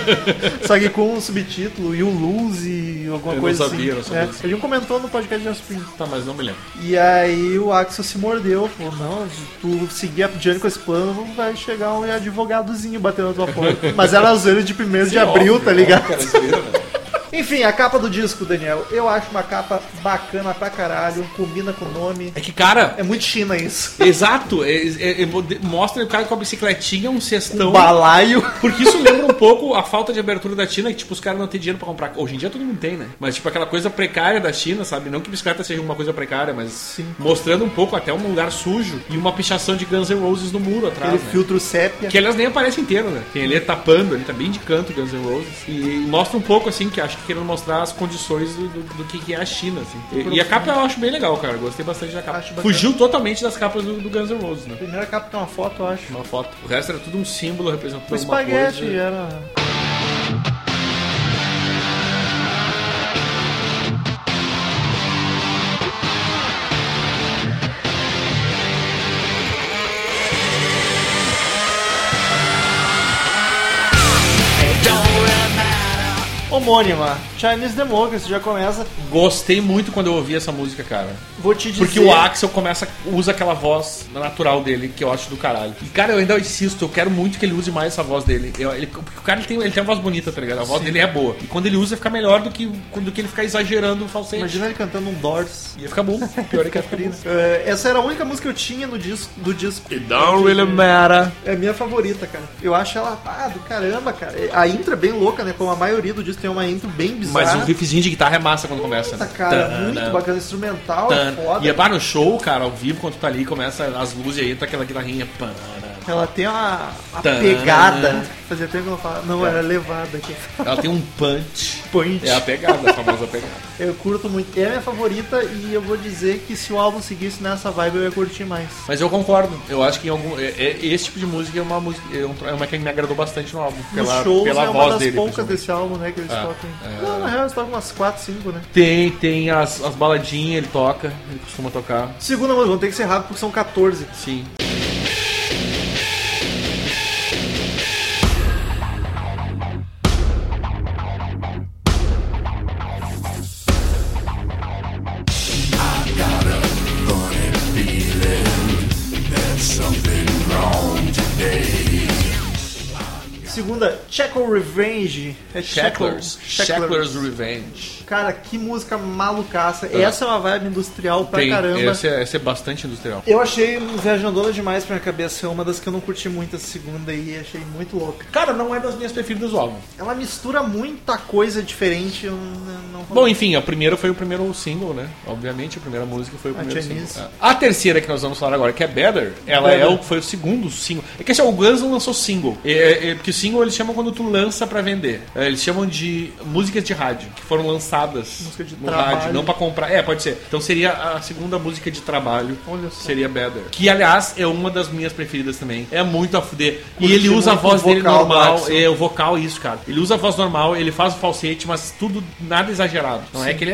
Só que com um subtítulo, You Lose e alguma
Eu não
coisa
sabia, eu não
assim.
sabia
É,
disso.
Ele comentou no podcast de Offspring.
Tá, mas não me lembro.
E aí o Axel se mordeu, falou, não, se tu seguir adiante com esse plano, vai chegar um advogadozinho batendo na tua porta. Mas era zoeira de 1 de abril, tá ligado?
né? Cara, zoeira, né? velho.
Enfim, a capa do disco, Daniel, eu acho uma capa bacana pra caralho, combina com o nome.
é que, cara,
É muito China isso.
Exato, é- é- é- mostra o cara com a bicicletinha, um cestão.
Balaio.
Porque isso lembra um pouco a falta de abertura da China, que tipo, os caras não têm dinheiro pra comprar. Hoje em dia todo mundo tem, né? Mas tipo, aquela coisa precária da China, sabe? Não que bicicleta seja uma coisa precária, mas mostrando um pouco até um lugar sujo e uma pichação de Guns N' Roses no muro atrás.
Aquele
né?
filtro sépia.
Que elas nem aparecem inteiro, né? Tem ele tapando, ele tá bem de canto, Guns N' Roses. E mostra um pouco, assim, que acho que querendo mostrar as condições do, do- do que que é a China, assim. E, e a capa eu acho bem legal, cara. Gostei bastante da capa.
um Acho bacana.
Fugiu totalmente das capas do, do Guns N' Roses, né?
Primeira capa tem uma foto, eu acho.
Uma foto. O resto era tudo um símbolo representando
O
alguma
espaguete
coisa.
era. Homônima, Chinese Democracy já começa.
Gostei muito quando eu ouvi essa música, cara.
Vou te dizer.
Porque o Axel começa, usa aquela voz natural dele, que eu acho do caralho. E, cara, eu ainda insisto, eu quero muito que ele use mais essa voz dele. Eu- ele- porque o cara ele tem, ele tem uma voz bonita, tá ligado? A voz dele é boa. E quando ele usa, fica melhor do que, do que ele ficar exagerando o falsete.
Imagina ele cantando um Doors.
Ia ficar bom. Pior é que ia ficar bom.
Eh, essa era a única música que eu tinha no disco, do disco.
matter.
É a minha favorita, cara. Eu acho ela pá, do caramba, cara. A intro é bem louca, né? Como a maioria do disco tem uma intro bem
Mas
bizarra.
o riffzinho de guitarra é massa quando começa.
Essa
né?
cara, é
Tana,
muito bacana, instrumental,
tana.
foda.
E é para no show, cara, ao vivo, quando tu tá ali, começa as luzes aí, tá aquela guitarrinha. Pana.
Ela tem uma, uma
Tana.
pegada. Fazia tempo que eu não falava. Não, era levada aqui.
Ela tem um punch.
Point.
É a pegada, a famosa pegada.
Eu curto muito. É a minha favorita e eu vou dizer que se o álbum seguisse nessa vibe eu ia curtir mais.
Mas eu concordo. Eu acho que em algum, é- é- esse tipo de música é uma música é um- é uma que me agradou bastante no álbum. Pela,
Nos shows
pela
é uma
voz
das
dele.
poucas
principalmente.
desse álbum, né? Que eles
Ah,
tocam.
é.
Não, na real eles tocam umas 4, 5, né?
Tem, tem as, as baladinhas, ele toca, ele costuma tocar.
Segunda música, vamos ter que ser rápido porque são 14.
Sim.
Segunda, Checo Revenge. É
Shacklers.
Checo-
Shacklers Revenge.
Cara, que música malucaça. Essa é uma vibe industrial pra
Tem,
caramba.
esse é, esse é bastante industrial.
Eu achei viajandona demais pra minha cabeça. É uma das que eu não curti muito essa segunda e achei muito louca.
Cara, não é das minhas preferidas do álbum.
Ela mistura muita coisa diferente. Eu não, não
Bom, enfim, a primeira foi o primeiro single, né? Obviamente, a primeira música foi o primeiro
Chinese.
single. Ah, A terceira que nós vamos falar agora, que é Better, ela
Better.
é o, foi o segundo single. É que assim, ó, o Guns não lançou single. É, é, porque single eles chamam quando tu lança pra vender. É, eles chamam de músicas de rádio, que foram lançadas
Música de
no
trabalho.
rádio, não pra comprar. É, pode ser. Então seria a segunda música de trabalho.
Olha só.
Seria Better. Que, aliás, é uma das minhas preferidas também. É muito a fuder. E ele usa a
muito
voz
o vocal
dele
do
normal.
Axl.
É, o vocal é isso, cara. Ele usa a voz normal, ele faz o falsete, mas tudo nada exagerado. Não é que ele.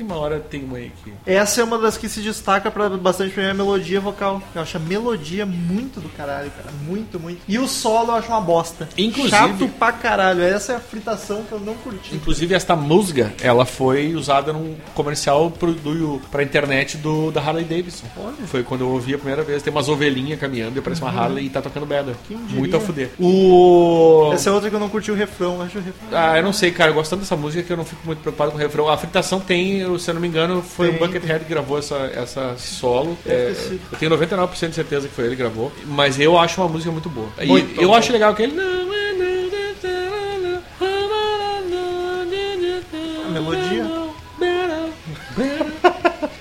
Uma hora tem uma aí que.
Essa é uma das que se destaca pra, bastante pra mim, a melodia vocal. Eu acho a melodia muito do caralho, cara. Muito, muito. E o solo eu acho uma bosta.
Inclusive-
Chato pra caralho. Essa é a fritação que eu não curti.
Inclusive, esta música, ela foi usada num comercial pro, do, pra internet do, da Harley Davidson. Foi quando eu ouvi a primeira vez. Tem umas ovelhinhas caminhando e parece
Uhum.
uma Harley e tá tocando Better.
Quem diria?
Muito a fuder. O...
Essa é outra que eu não curti o refrão. Eu acho o refrão.
Ah, eu não sei, cara. Eu gosto tanto dessa música que eu não fico muito preocupado com o refrão. A fritação tem, eu- se eu não me engano, foi
Tem.
o Buckethead que gravou essa, essa solo.
Deve
É,
ter sido.
eu tenho 99% de certeza que foi ele que gravou. Mas eu acho uma música muito boa. E
Muito
eu
boa.
acho legal que ele. A
melodia.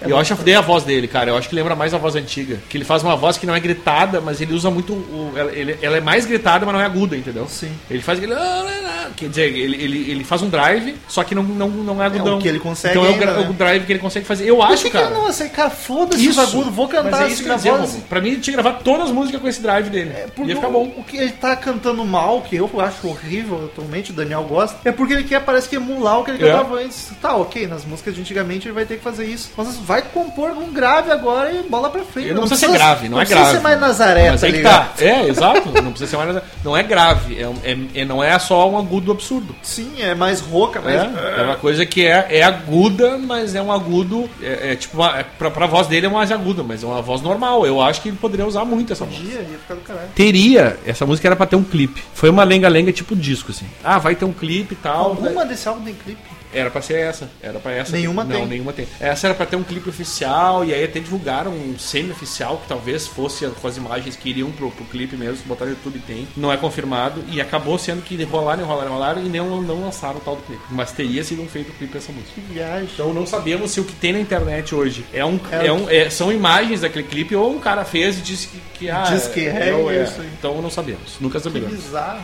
Eu
É
acho que a voz dele, cara. Eu acho que lembra mais a voz antiga. Que ele faz uma voz que não é gritada, mas ele usa muito. o- ela, ele- ela é mais gritada, mas não é aguda, entendeu?
Sim.
Ele faz aquele. Ah, quer dizer, ele, ele, ele faz um drive, só que não, não, não é agudão.
o que ele consegue
Então é o,
ainda,
gra-
né?
o drive que ele consegue fazer. Eu
Por
acho,
que que
cara.
eu não aceito? Cara, foda-se os agudos, vou
Mas
cantar
é isso
assim
que
na
eu ia dizer,
voz.
Romulo. Pra mim, ele tinha que gravar todas as músicas com esse drive dele.
É porque
Ia ficar
o-
bom.
O, que ele tá cantando mal, que eu acho horrível atualmente, o Daniel gosta, é porque ele quer, parece que emular o que ele
É.
cantava antes. Tá, ok, nas músicas de antigamente ele vai ter que fazer isso. Mas vai compor um grave agora e bola pra frente.
Ele não precisa ser grave, não é
precisa
grave.
ser mais Nazaré,
Mas
tá
aí que
ligado?
tá. É, exato. Não precisa ser mais. Não é grave. É, um- é- é- não é só um agudo absurdo.
Sim, é mais rouca, mas...
É, é uma coisa que é, é aguda, mas é um agudo. É, é tipo, uma, é, pra, pra voz dele é uma aguda, mas é uma voz normal. Eu acho que ele poderia usar muito essa voz.
Dia, ia ficar do caralho.
Teria, essa música era pra ter um clipe. Foi uma lenga-lenga tipo disco, assim. Ah, vai ter um clipe e tal.
Alguma desse álbum tem clipe?
Era pra ser essa. Era pra essa.
Nenhuma
não,
tem.
nenhuma tem. Essa era pra ter um clipe oficial, e aí até divulgaram um semi-oficial, que talvez fosse com as imagens que iriam pro, pro clipe mesmo, botaram no YouTube tem. Não é confirmado. E acabou sendo que enrolaram, enrolaram, enrolaram e não, não lançaram o tal do clipe. Mas teria sido um feito o clipe dessa música.
Que viagem.
Então não sabemos se o que tem na internet hoje é um,
É.
é um- é- são imagens daquele clipe ou um cara fez e disse que, que ah,
Diz que é,
eu-
é isso aí.
Então não sabemos. Nunca
que é
sabemos.
bizarro.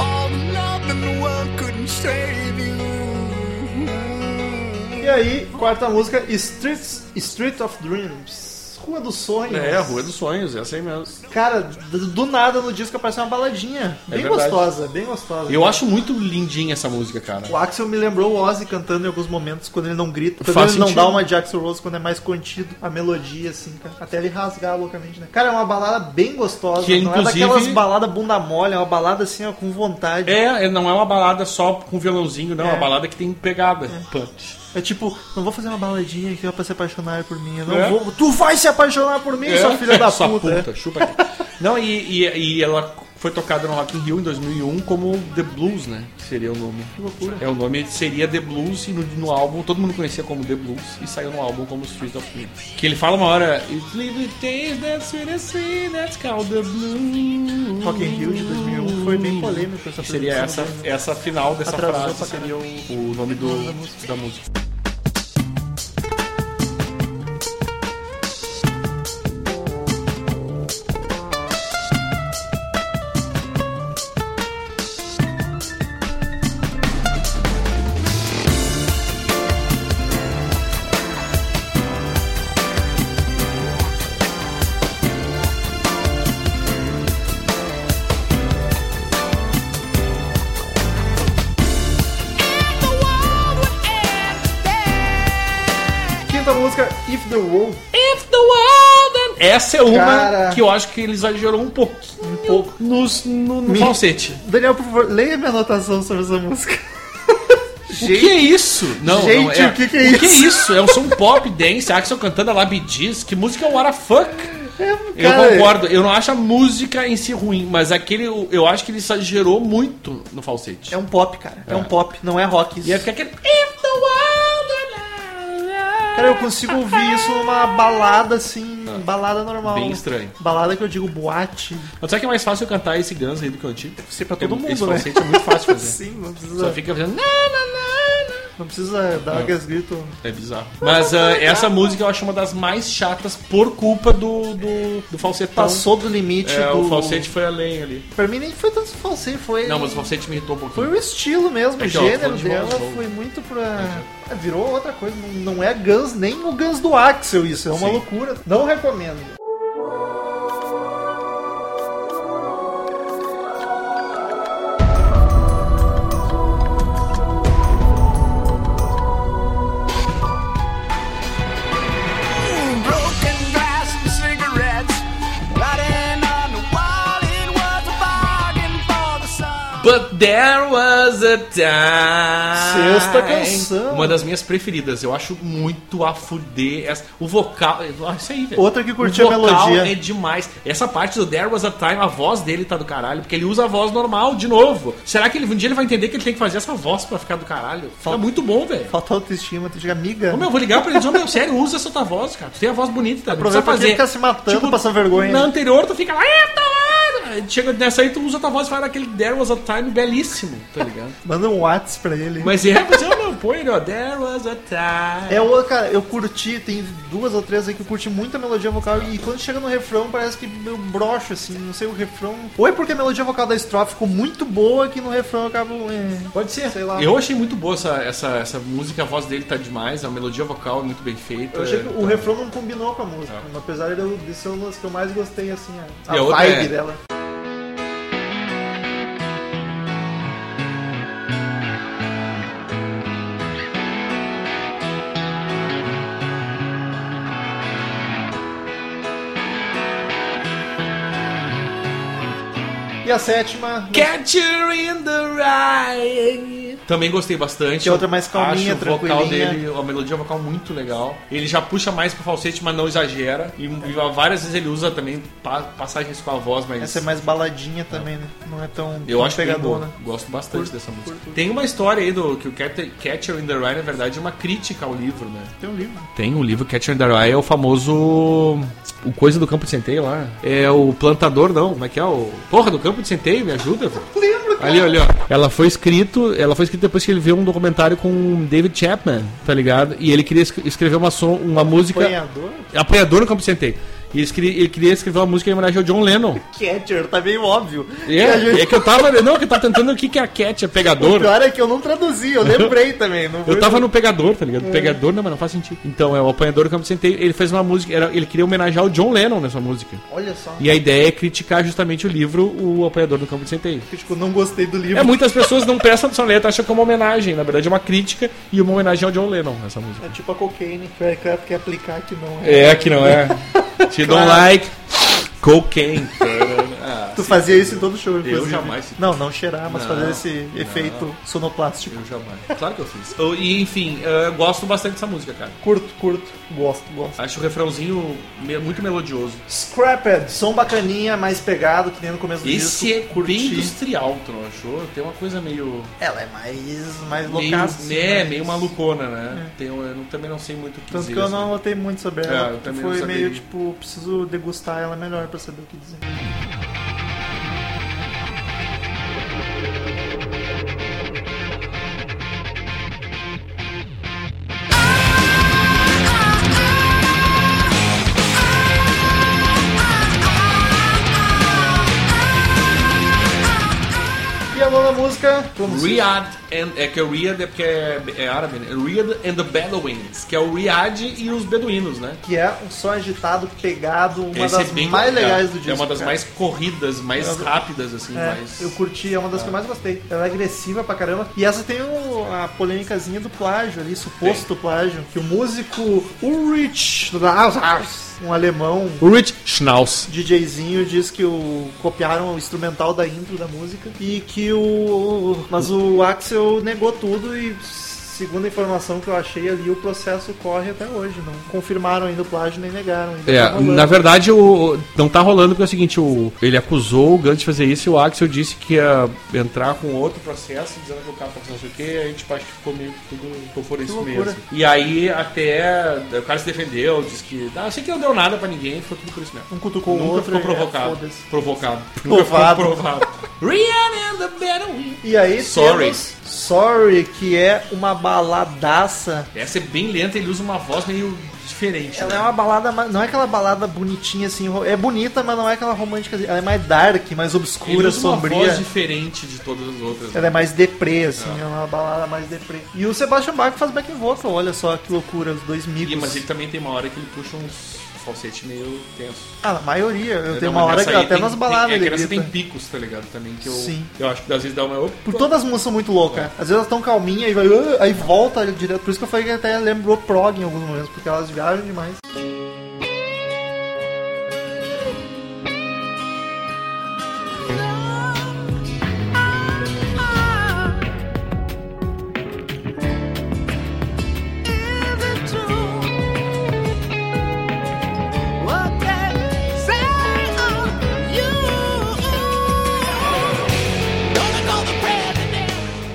All the love in the world couldn't save you.
E aí, quarta música, Streets, Street of Dreams. Rua dos Sonhos.
É, a Rua dos Sonhos, essa aí mesmo.
Cara, do do nada no disco aparece uma baladinha.
É
Bem
verdade.
gostosa, bem gostosa.
Eu acho muito lindinha essa música, cara.
O Axel me lembrou o Ozzy cantando em alguns momentos quando ele não grita, quando
Faz
ele não
sentido.
dá uma de Axel Rose, quando é mais contido, a melodia, assim, cara. Até ele rasgar loucamente, né? Cara, é uma balada bem gostosa,
Que,
não
inclusive-
é daquelas baladas bunda mole, é uma balada assim, ó, com vontade.
É, é, não é uma balada só com violãozinho, não. É
É.
uma balada que tem pegada. Punch.
É tipo, não vou fazer uma baladinha aqui ó, pra se apaixonar por mim. Eu não
É.
vou. Tu vai se apaixonar por mim, sua filha da
Sua
puta. é.
chupa aqui. Não, e, e, e ela foi tocada no Rock in Rio em 2001 como The Blues, né? Que Seria o nome. Que
loucura.
É, o nome seria The Blues e no, no álbum todo mundo conhecia como The Blues e saiu no álbum como Street of Dreams. Que ele fala uma hora... It's little things that sweet and sweet, that's called the blues.
Rock in Rio de 2001 foi bem polêmico essa
Que Seria
apresentação
essa, essa final dessa
Atrasou pra
frase, seria o, o nome do, da música.
Quinta música, If the World.
Essa é uma
Cara.
que eu acho que ele exagerou um pouquinho nos, no, no
Me-
falsete.
Daniel, por favor, leia minha anotação sobre essa música.
O que é isso? Não,
Gente,
não, é.
o que que é
O que é
isso?
isso? É um som pop, dance, Axel cantando a Labidiz. Que música é what a fuck? Eu
É, cara,
concordo, eu não acho a música em si ruim, mas aquele eu acho que ele exagerou muito no falsete.
É um pop, cara. É, um pop, não é rock. Isso.
E aí fica aquele. If the world
Cara, eu consigo ouvir isso numa balada assim, balada normal.
Ah. Bem estranho.
Balada que eu digo boate.
Mas será que é mais fácil eu cantar esse Guns aí do que o antigo?
Sei pra todo
Esse
mundo, né?
falsete é muito fácil de fazer.
Sim, não
Só
precisa,
fica fazendo. "Na, na, na, na".
não precisa dar aqueles gritos. então.
É bizarro. Mas ah,
é
essa música eu acho uma das mais chatas por culpa do, do, do falsetão.
Passou tipo, do limite
É,
do.
O falsete foi além ali.
Pra mim nem foi tanto falsete, foi.
Não, mas o falsete me irritou um pouquinho.
Foi o estilo mesmo,
É
o
que, ó,
gênero
falando de
dela
Rolling Stone.
foi muito pra. É, Virou outra coisa, não, não é Guns, nem o Guns do Axel, isso é uma
Sim.
loucura. Não recomendo.
Broken glass and cigarettes. Riding on the wall, it was a bargain for the sun.
But there was a time.
Sexta canção.
Uma das minhas preferidas. Eu acho muito a fuder. essa- O vocal. Ah, Isso aí, velho.
Outra que curtiu
o
a
vocal
melodia.
É demais. Essa parte do There was a time, a voz dele tá do caralho. Porque ele usa a voz normal de novo. Será que ele, um dia ele vai entender que ele tem que fazer essa voz pra ficar do caralho? Tá
Fal-
muito bom, velho.
Falta autoestima, tu diga, amiga.
Ô, meu, eu vou ligar pra eles, ô meu, sério, usa essa tua voz, cara. Tu tem a voz bonita, não precisa
Aproveita
fazer. tipo,
que fica se matando, passando vergonha.
Na anterior, tu fica lá, eita, lá. Chega nessa aí, tu usa a tua voz e faz aquele There was a time belíssimo, tá ligado?
Manda um Whats pra ele.
Mas é, você não põe, ó. There was a time.
É o cara, eu curti, tem duas ou três aí que eu curti muito a melodia vocal e quando chega no refrão parece que eu broxo, assim, não sei o refrão. Ou é porque a melodia vocal da estrofe ficou muito boa que no refrão eu acabo. É,
Pode ser.
sei lá.
Eu achei muito boa essa, essa, essa música, a voz dele tá demais, a melodia vocal é muito bem feita.
Eu achei que o
Tá.
refrão não combinou com a música, apesar de eu- de ser uma das que eu mais gostei, assim, a,
E a
a
outra
vibe
é-
dela. E a sétima,
Catch her in the rye. Também gostei bastante.
Que é outra mais calminha,
Acho o vocal
tranquilinha.
dele, a melodia vocal é muito legal. Ele já puxa mais pro falsete, mas não exagera. E, e várias vezes ele usa também pa- passagens com a voz, mas.
essa é mais baladinha também, né? Não é tão,
Eu
tão
acho pegador, né? Gosto bastante dessa música. Tem uma história aí do que o Cat- Catcher in the Rye, na verdade, é uma crítica ao livro, né?
Tem um livro.
Tem o livro Catcher in the Rye, é o famoso. O Coisa do Campo de Centeio lá. É o plantador, não. Como é que é? O. Porra, do Campo de Centeio, me ajuda, velho.
Lembro, cara.
Ali, ali, ó. Ela foi escrito, ela foi escrita depois que ele viu um documentário com David Chapman, tá ligado? E ele queria es- escrever uma som, uma música
Apanhador?
apanhador no campo de centeio. E ele queria, ele queria escrever uma música em homenagem ao John Lennon.
Catcher, tá meio óbvio.
É,
E a gente-
é que eu tava, não, que eu tava tentando o que que é a Cat, é
O
pegador.
pior é que eu não traduzi, eu lembrei também. Não
Eu tava no pegador, tá
É.
ligado? Pegador, não, mas não faz sentido. Então, é o apanhador do campo de centeio, ele fez uma música, era- ele queria homenagear o John Lennon nessa música.
Olha só.
E a ideia é criticar justamente o livro O Apanhador do Campo de Centeio.
Tipo, não gostei do livro.
É, muitas pessoas não prestam atenção na letra, acham que é uma homenagem. Na verdade, é uma crítica e uma homenagem ao John Lennon, essa música.
É tipo a cocaine. que O Aircraft quer aplicar que não é.
É, que não é. Te dou um like. Cocaine. Ah,
É, Tu fazia isso em todo show, inclusive.
jamais.
Não, não cheirar, mas
Não,
fazer esse efeito sonoplástico.
eu jamais. Claro que eu fiz. Eu- E, enfim, eu gosto bastante dessa música, cara.
Curto, curto. Gosto, gosto.
Acho o refrãozinho me- muito melodioso.
Scrapped. Som bacaninha, mais pegado, que nem no começo do
Esse é
disco.
bem industrial, tu não achou? Tem uma coisa meio...
Ela é mais, mais
meio
loucaça. assim, né?
é, meio malucona, né? Tem, eu não- também não sei muito o que
É. Tanto
dizer.
que eu
assim.
não anotei muito sobre
É,
ela.
eu também não
foi
saberia.
meio tipo, preciso degustar ela melhor pra saber o que dizer. E a nona música?
Riyadh and, é que é Riyadh é porque é, é árabe, né? Riyadh and the Bedouins, que é o Riyadh e os beduínos, né?
Que é um som agitado, pegado, uma
Esse é
das
bem
mais
complicado.
legais do disco.
É uma das
cara.
mais corridas, mais
Eu-
rápidas, assim,
É,
mais...
eu curti, é uma das que eu mais gostei. Ela é agressiva pra caramba. E essa tem o- a polêmicazinha do plágio ali, suposto plágio. Que o músico Ulrich Strauss, um alemão,
Rich Schnauz.
DJzinho, diz que o, copiaram o instrumental da intro da música. E que o. Mas o Axel negou tudo e. Segundo a informação que eu achei ali, o processo corre até hoje. Não confirmaram ainda o plágio, nem negaram. ainda
É,
tá rolando.
na verdade, o, não tá rolando porque é o seguinte, o, ele acusou o Gantz de fazer isso e o Axel disse que ia entrar com outro processo, dizendo que o cara tá fazendo não sei o quê, aí tipo, acho que ficou meio que tudo ficou por isso
loucura.
mesmo. E aí até o cara se defendeu, disse que. Ah, sei que não deu nada pra ninguém, ficou tudo por isso mesmo.
Um cutucou o
Nunca
outro
ficou
e é,
provocado.
foda-se.
provocado. Nunca ficou
Provado.
provado. Rihanna and the Bedouin.
E aí
Sorry.
temos Sorry, que é uma baladaça.
Essa é bem lenta, ele usa uma voz meio diferente.
Ela
né?
é uma balada, ma- não é aquela balada bonitinha assim, ro- é bonita, mas não é aquela romântica. Ela é mais dark, mais
Ele
obscura,
usa uma
sombria.
voz diferente de todas as outras. né?
Ela é mais deprê, assim, é uma balada mais deprê. E o Sebastian Bach faz back vocal, olha só que loucura, os dois
E, mas
micos.
ele tá também tem uma hora que ele puxa uns falsete meio tenso.
Ah, na maioria, eu tenho
Não,
uma
mas
hora
essa
que
aí
até
tem-
nas baladas
tem, é
ele
que nessa
grita.
tem picos, tá ligado? Também que eu,
Sim.
eu acho que às vezes dá uma.
Por todas as músicas são muito
É.
loucas. Às vezes elas estão calminhas e vai. "Ah", Aí volta direto. Por isso que eu falei que até lembrou prog em alguns momentos, porque elas viajam demais.
I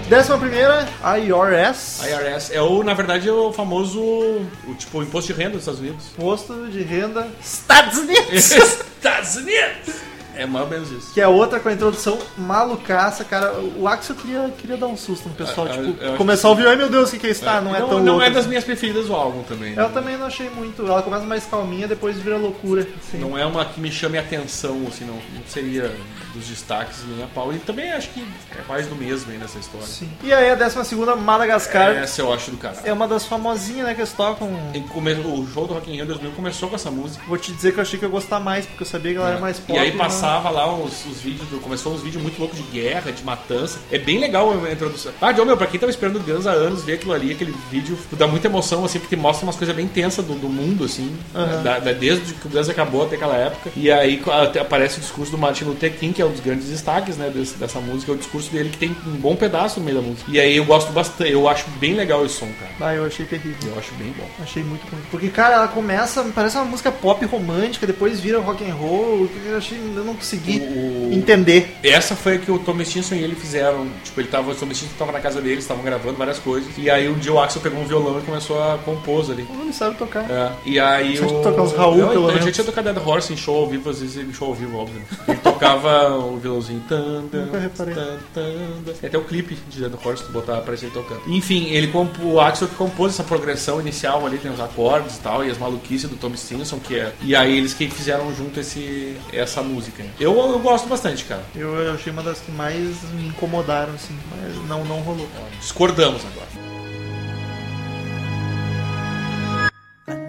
Décima primeira, IRS.
IRS é o, na verdade, é o famoso, o, tipo, o imposto de renda dos Estados Unidos.
Imposto de renda Estados Unidos.
Estados Unidos! É mais ou menos isso.
Que é outra com a introdução malucaça, cara. O Axel queria, queria dar um susto no pessoal.
Ah,
tipo,
eu acho
começar a ouvir, ai meu Deus, o que, que é Star? não é tão
não
louco.
é das minhas preferidas o álbum também.
Eu também não achei muito. Ela começa mais calminha, depois vira loucura. assim.
Não é uma que me chame a atenção, assim, não, não seria dos destaques nem a pau. E também acho que é mais do mesmo aí nessa história.
Sim. E aí a décima segunda, Madagascar.
Essa eu acho do caralho.
É, uma das famosinhas, né, que eles tocam.
Ele come- O show do Rock in Rio 2000 começou com essa música.
Vou te dizer que eu achei que eu ia gostar mais, porque eu sabia que ela era é mais pop.
É.
né?
e aí
não-
passava lá os, os vídeos, do- começou uns vídeos muito loucos de guerra, de matança. É bem legal a introdução. Ah, John, meu, pra quem tava esperando Guns há anos, ver aquilo ali, aquele vídeo, dá muita emoção, assim, porque mostra umas coisas bem tensas do, do mundo, assim, da- da- desde que o Guns acabou até aquela época. E aí co- até aparece o discurso do Martin Luther King, que é um dos grandes destaques, né, desse- dessa música, é o discurso dele que tem um bom pedaço no meio da música. E aí eu gosto bastante, eu acho bem legal esse som, cara.
Ah, eu achei terrível.
Eu acho bem bom.
Achei muito ruim. Porque, cara, ela começa, parece uma música pop romântica, depois vira rock and roll. Eu achei, eu não consegui
O-
entender.
Essa foi a que o Tom Stinson e ele fizeram. Tipo, ele tava, o Tom Stinson tava na casa dele, eles estavam gravando várias coisas. E aí um dia o Axel pegou um violão e começou a compor ali.
Não me sabe tocar.
É, e aí
Deixa eu
o...
tocar uns Raul,
eu,
pelo
eu já
menos.
tinha tocado Dead Horse em show ao vivo, às vezes em show ao vivo, óbvio. né? Ele tocava o violãozinho. Tan, tan,
Nunca reparei.
tan, tan, tan. Tem até o clipe de Dead Horse, tu botar, aparecer ele tocando. Enfim, ele comp... o Axel que compôs essa progressão inicial ali, tem os acordes e tal, e as maluquices do Tom Stinson, que é... E aí eles que fizeram junto esse... essa música. Eu, eu gosto bastante, cara.
Eu, eu achei uma das que mais me incomodaram, assim, mas não, não rolou.
Discordamos agora.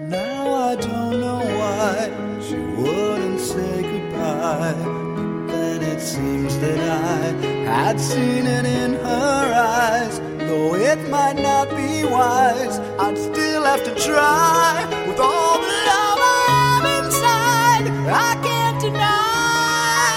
Now I don't know why she wouldn't say goodbye. But then it seems that I had seen it in her eyes. Though it might not be wise, I'd still have to try. With all the love I have inside, I can't deny.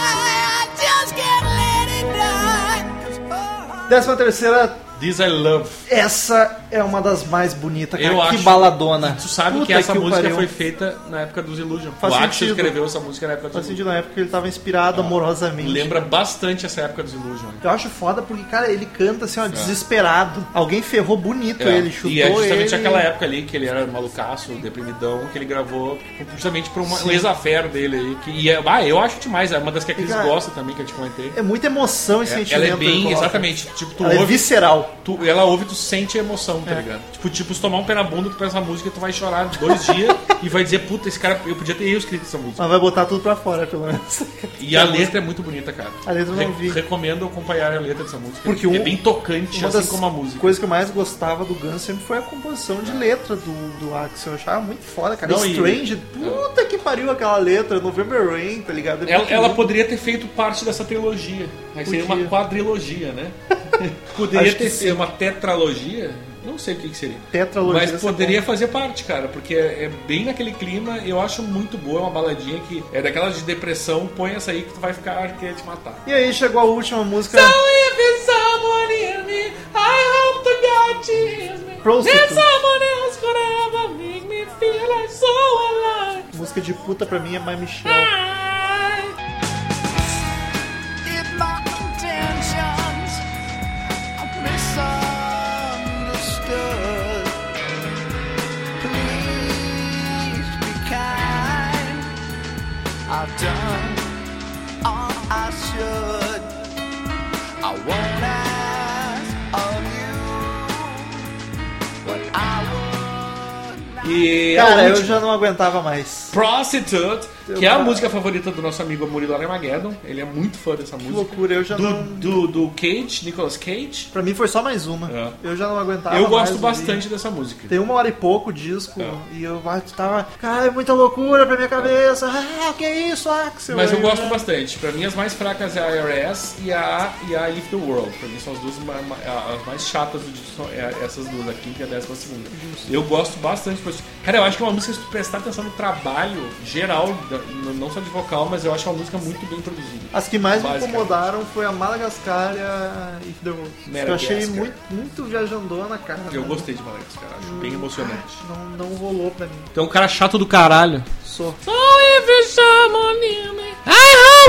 I just can't let it die. 'Cause her heart-
Décima terceira,
This I Love.
essa é uma das mais bonitas, cara.
Eu
que
acho-
baladona.
Tu sabe
Puta
que essa
o
música
pariu.
foi feita na época dos Illusion.
Faz
o Axel
sentido.
escreveu essa música na época dos
Faz
Illusion.
sentido Assim, na época que ele tava inspirado amorosamente.
Ah, Lembra bastante essa época dos Illusion.
Eu acho foda porque, cara, ele canta assim, ó, desesperado. Alguém ferrou bonito
Ah. É.
ele, chutou
e é justamente
ele.
aquela época ali que ele era malucaço, deprimidão, que ele gravou justamente pra uma, um ex-affair dele aí. Que, e é, ah, eu acho demais, é uma das que a Cris
E, cara,
gosta também, que eu te comentei.
É muita emoção e sentimento.
ela é
que ele
bem,
coloca.
exatamente, tipo, tu
Ela é
ouve,
visceral.
tu, ela ouve, tu sente a emoção, tá ligado? Tipo, tipo, se tomar um pé na bunda, tu pensa essa música, tu vai chorar dois dias e vai dizer, puta, esse cara, eu podia ter eu escrito essa música.
Ela vai botar tudo pra fora, pelo menos.
E a letra é muito bonita, cara.
A letra eu não vi.
Recomendo acompanhar a letra dessa música.
Porque
é
um-
bem tocante,
Uma
assim
das
como a música.
coisas que eu mais gostava do Guns sempre foi a composição de letra do, do Axel. Eu achava muito foda, cara.
Não, e-
Strange, puta que pariu aquela letra. November Rain, tá ligado? É
Ela,
muito
ela
louco.
poderia ter feito parte dessa trilogia. Aí seria
Podia.
uma quadrilogia, né? poderia
Acho que
ter sido uma tetralogia. Não sei o que, que seria.
Tetralogia,
Mas
essa
poderia
é
fazer parte, cara, porque é, é bem naquele clima. Eu acho muito boa, é uma baladinha que é daquelas de depressão. Põe essa aí que tu vai ficar querendo te matar.
E aí chegou a última música. Prostitute. Música de puta pra mim é My Michelle.
Ah.
If my intentions are misunderstood, please be kind. I've done all I should. I won't ask of you what I would not.
E é a
Cara, eu
última-
já não aguentava mais.
Prostitute, que é a
Eu-
música favorita do nosso amigo Murilo Armageddon. Ele é muito fã dessa
Que
música.
loucura, eu já
Do,
não.
do, do Cage, Nicolas Cage.
Pra mim foi só mais uma.
É.
Eu já não aguentava.
eu
mais
gosto
ouvir.
bastante É. dessa música.
Tem uma hora e pouco o disco e eu ah, tava. Cara, é muita loucura pra minha cabeça. Ah, que isso, Axel?
Mas eu
Aí,
gosto
né?
bastante. Pra mim, as mais fracas é a IRS e a, e a Lift the World. Pra mim, são as duas ma- ma- a- as mais chatas do disco. São é- essas duas, a quinta e a décima segunda. Eu gosto bastante. disso. Cara, eu acho que é uma música, se tu prestar atenção no trabalho geral, da- n- não só de vocal, mas eu acho uma música muito bem produzida.
As que mais me
Basicamente.
incomodaram foi a Madagascar e a If The World. Eu achei
Madagascar.
muito, muito viajandona, cara.
Eu
Não-
gostei de Malagas, cara. Acho bem emocionante.
Não, não rolou pra mim.
Então, um cara chato do caralho.
Sou.
I hope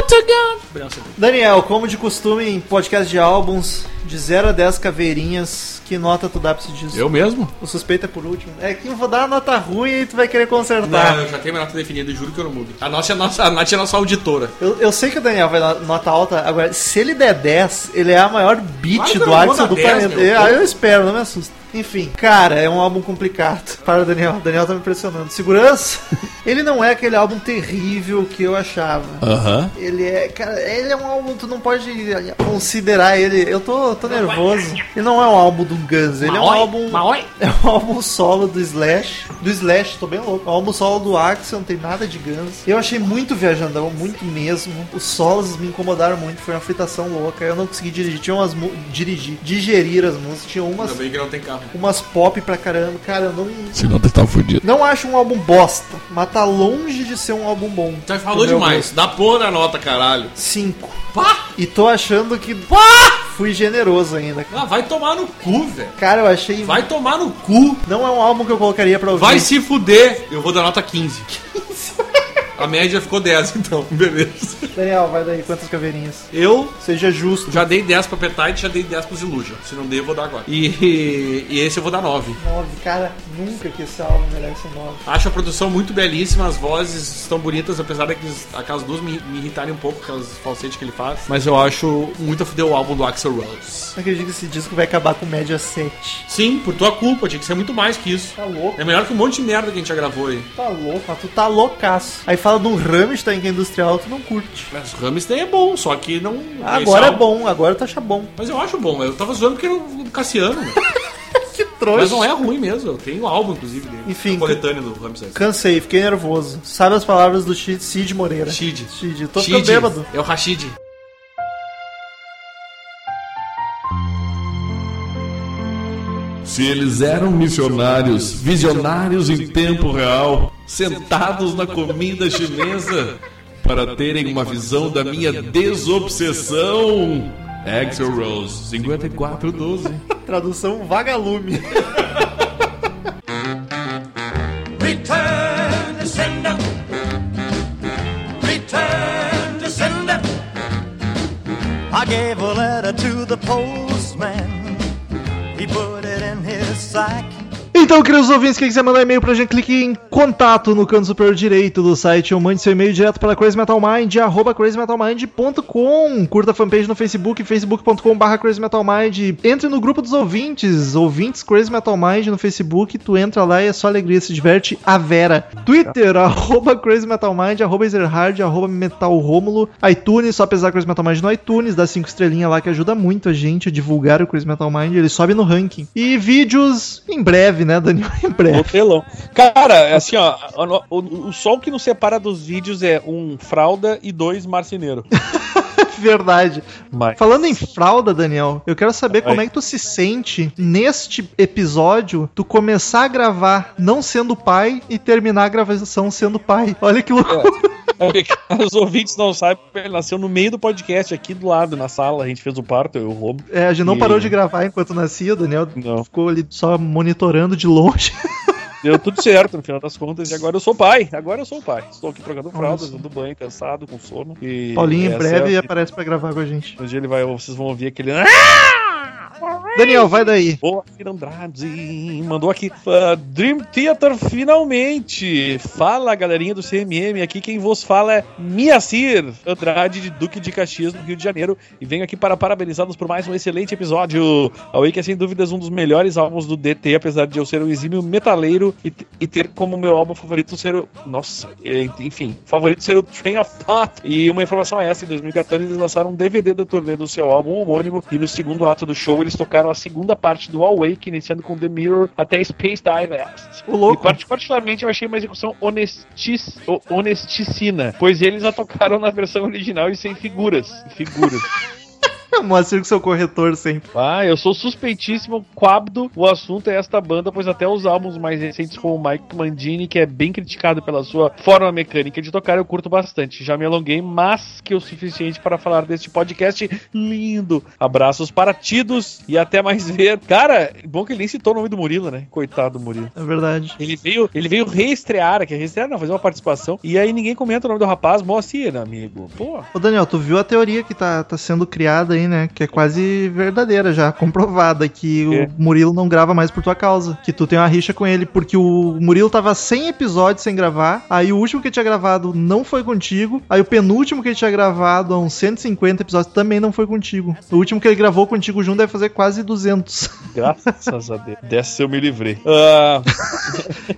to God. é
Daniel, como de costume em podcast de álbuns, De 0 a 10 caveirinhas, que nota tu dá pra esse disco?
Eu mesmo?
O suspeito é por último. É que eu vou dar uma nota ruim e tu vai querer consertar.
já tenho minha nota definida, juro que eu não mudo. A, nossa, a, nossa, a Nath é a nossa auditora.
Eu, eu sei que o Daniel vai dar nota alta. Agora, se ele der 10, ele é a maior
Claro
beat
que
do
eu não vou
Axel
dar
do
10,
planeta.
meu.
Eu, ah, eu espero, não me assusta. Enfim, cara, é um álbum complicado. Para, Daniel. O Daniel tá me impressionando. Segurança? ele não é aquele álbum terrível que eu achava.
Aham.
Ele é, cara, ele é um álbum, tu não pode considerar ele. Eu tô, tô nervoso. Ele não é um álbum do Guns, ele é um álbum. É um álbum solo do Slash. Do Slash, tô bem louco. É um álbum solo do Axel, não tem nada de Guns. Eu achei muito viajandão, muito mesmo. Os solos me incomodaram muito, foi uma fritação louca. Eu não consegui dirigir. Tinha umas. mu- Dirigir, digerir as músicas. Tinha umas,
Ainda bem que não tem carro.
umas pop pra caramba. Cara, eu não.
Senão tu tá fudido.
Não acho um álbum bosta, mas tá longe de ser um álbum bom.
Já falou
Pro meu
demais. Dá porra na nota, caralho.
Cinco.
Pá!
E tô achando que fui generoso ainda.
Ah, vai tomar no cu, velho.
Cara, eu achei.
Vai tomar no cu.
Não é um álbum que eu colocaria pra ouvir.
Vai se fuder. Eu vou dar nota 15. A média ficou 10, então. Beleza.
Daniel, vai daí quantas caveirinhas.
Eu
Seja justo.
já dei 10 pra Petite, já dei 10 pro Ziluja. Se não dei, eu vou dar agora. E, e esse eu vou dar 9.
Nove, cara, nunca que esse álbum merece um nove.
Acho a produção muito belíssima, as vozes estão bonitas, apesar daqueles, aquelas duas me, me irritarem um pouco, aquelas falsetes que ele faz. Mas eu acho muito a fuder o álbum do Axel Rose.
Não acredito que esse disco vai acabar com média 7.
Sim, por tua culpa, tinha que ser muito mais que isso.
Tá louco,
É melhor que um monte de merda que a gente já gravou aí.
tá louco, mas tu tá loucaço. Aí fala de um Rammstein que é industrial, tu não curte.
Mas Ramstein é bom, só que não. esse
Agora é
álbum-
bom, agora tu acha bom.
Mas eu acho bom, eu tava zoando porque era o Cassiano, né?
Que
mas
trouxa.
não é ruim mesmo. Eu tenho o álbum, inclusive, dele.
Enfim,
A coletânea do Ramstein.
Cansei, fiquei nervoso. Sabe as palavras do Chi- Cid Moreira?
Cid.
Cid, tô
Chid,
ficando bêbado.
É o Rashid.
Se eles eram missionários, visionários em tempo real, sentados na comida chinesa, para terem uma visão da minha desobsessão. Axel Rose, 5412.
Tradução vagalume.
Return to sender. Return to sender. I gave a letter to the postman. He put it in his sack.
Então, queridos ouvintes, quem quiser mandar e-mail pra gente, clique em contato no canto superior direito do site ou mande seu e-mail direto para crazymetalmind, arroba crazymetalmind.com. Curta a fanpage no Facebook, facebook.com barra crazymetalmind. Entre no grupo dos ouvintes, ouvintes Crazy Metal Mind no Facebook, tu entra lá e é só alegria, se diverte a vera. Twitter, arroba crazymetalmind, arroba ezerhard, arroba metalromulo, iTunes, só pesar Crazy Metal Mind no iTunes, dá cinco estrelinhas lá que ajuda muito a gente a divulgar o Crazy Metal Mind, ele sobe no ranking. E vídeos em breve, né, Daniel? Em breve.
Botelão. Cara, assim, ó, o, o- o som que nos separa dos vídeos é um fralda e dois marceneiro.
Verdade.
Mas
Falando em fralda, Daniel, eu quero saber como é que tu se sente neste episódio, tu começar a gravar não sendo pai e terminar a gravação sendo pai. Olha que louco.
É os ouvintes não sabem, ele nasceu no meio do podcast, aqui do lado, na sala, a gente fez o parto, eu e o roubo.
É, a gente não
E-
parou de gravar enquanto nascia, o Daniel
Não.
ficou ali só monitorando de longe.
Deu tudo certo, no final das contas, e agora eu sou pai. Agora eu sou pai. Estou aqui trocando fraldas,
Olha só.
dando banho, cansado, com sono. E
Paulinho em
essa
breve
é a-
aparece pra gravar com a gente.
Um dia ele vai, vocês vão ouvir aquele.
Daniel, vai daí.
Boa, Fira Andrade. Mandou aqui. ah, Dream Theater finalmente. Fala, galerinha do CMM. Aqui quem vos fala é Miacir Andrade, de Duque de Caxias, no Rio de Janeiro. E venho aqui para parabenizá-los por mais um excelente episódio. A Wake é sem dúvidas um dos melhores álbuns do DT, apesar de eu ser um exímio metaleiro e, t- e ter como meu álbum favorito ser o. Nossa, é, enfim, favorito ser o Train of Thought. E uma informação é essa: em 2014 eles lançaram um DVD da turnê do seu álbum homônimo. E no segundo ato do show eles tocaram a segunda parte do Awake, iniciando com The Mirror até Space Divest.
Ô, louco.
E parti- particularmente eu achei uma execução honestis, o- honesticina, pois eles a tocaram na versão original e sem figuras. Figuras.
Mostra É com seu corretor sempre.
Ah, eu sou suspeitíssimo, quabdo. O assunto é esta banda, pois até os álbuns mais recentes, como o Mike Mandini, que é bem criticado pela sua forma mecânica de tocar, eu curto bastante. Já me alonguei, mas que é o suficiente para falar deste podcast lindo. Abraços para Tidos e até mais ver. Cara, bom que ele nem citou o nome do Murilo, né? Coitado do Murilo.
É verdade.
Ele veio, ele veio reestrear, que é reestrear, não, fazer uma participação. E aí ninguém comenta o nome do rapaz, Moacir, amigo. Pô,
Ô Daniel, tu viu a teoria que tá, tá sendo criada aí aí, né? Que é quase verdadeira já, comprovada, que
É.
o Murilo não grava mais por tua causa. Que tu tem uma rixa com ele, porque o Murilo tava 100 episódios sem gravar, aí o último que ele tinha gravado não foi contigo, aí o penúltimo que ele tinha gravado há uns 150 episódios também não foi contigo. O último que ele gravou contigo junto deve fazer quase 200.
Graças a Deus. Dessa eu me livrei. Ah,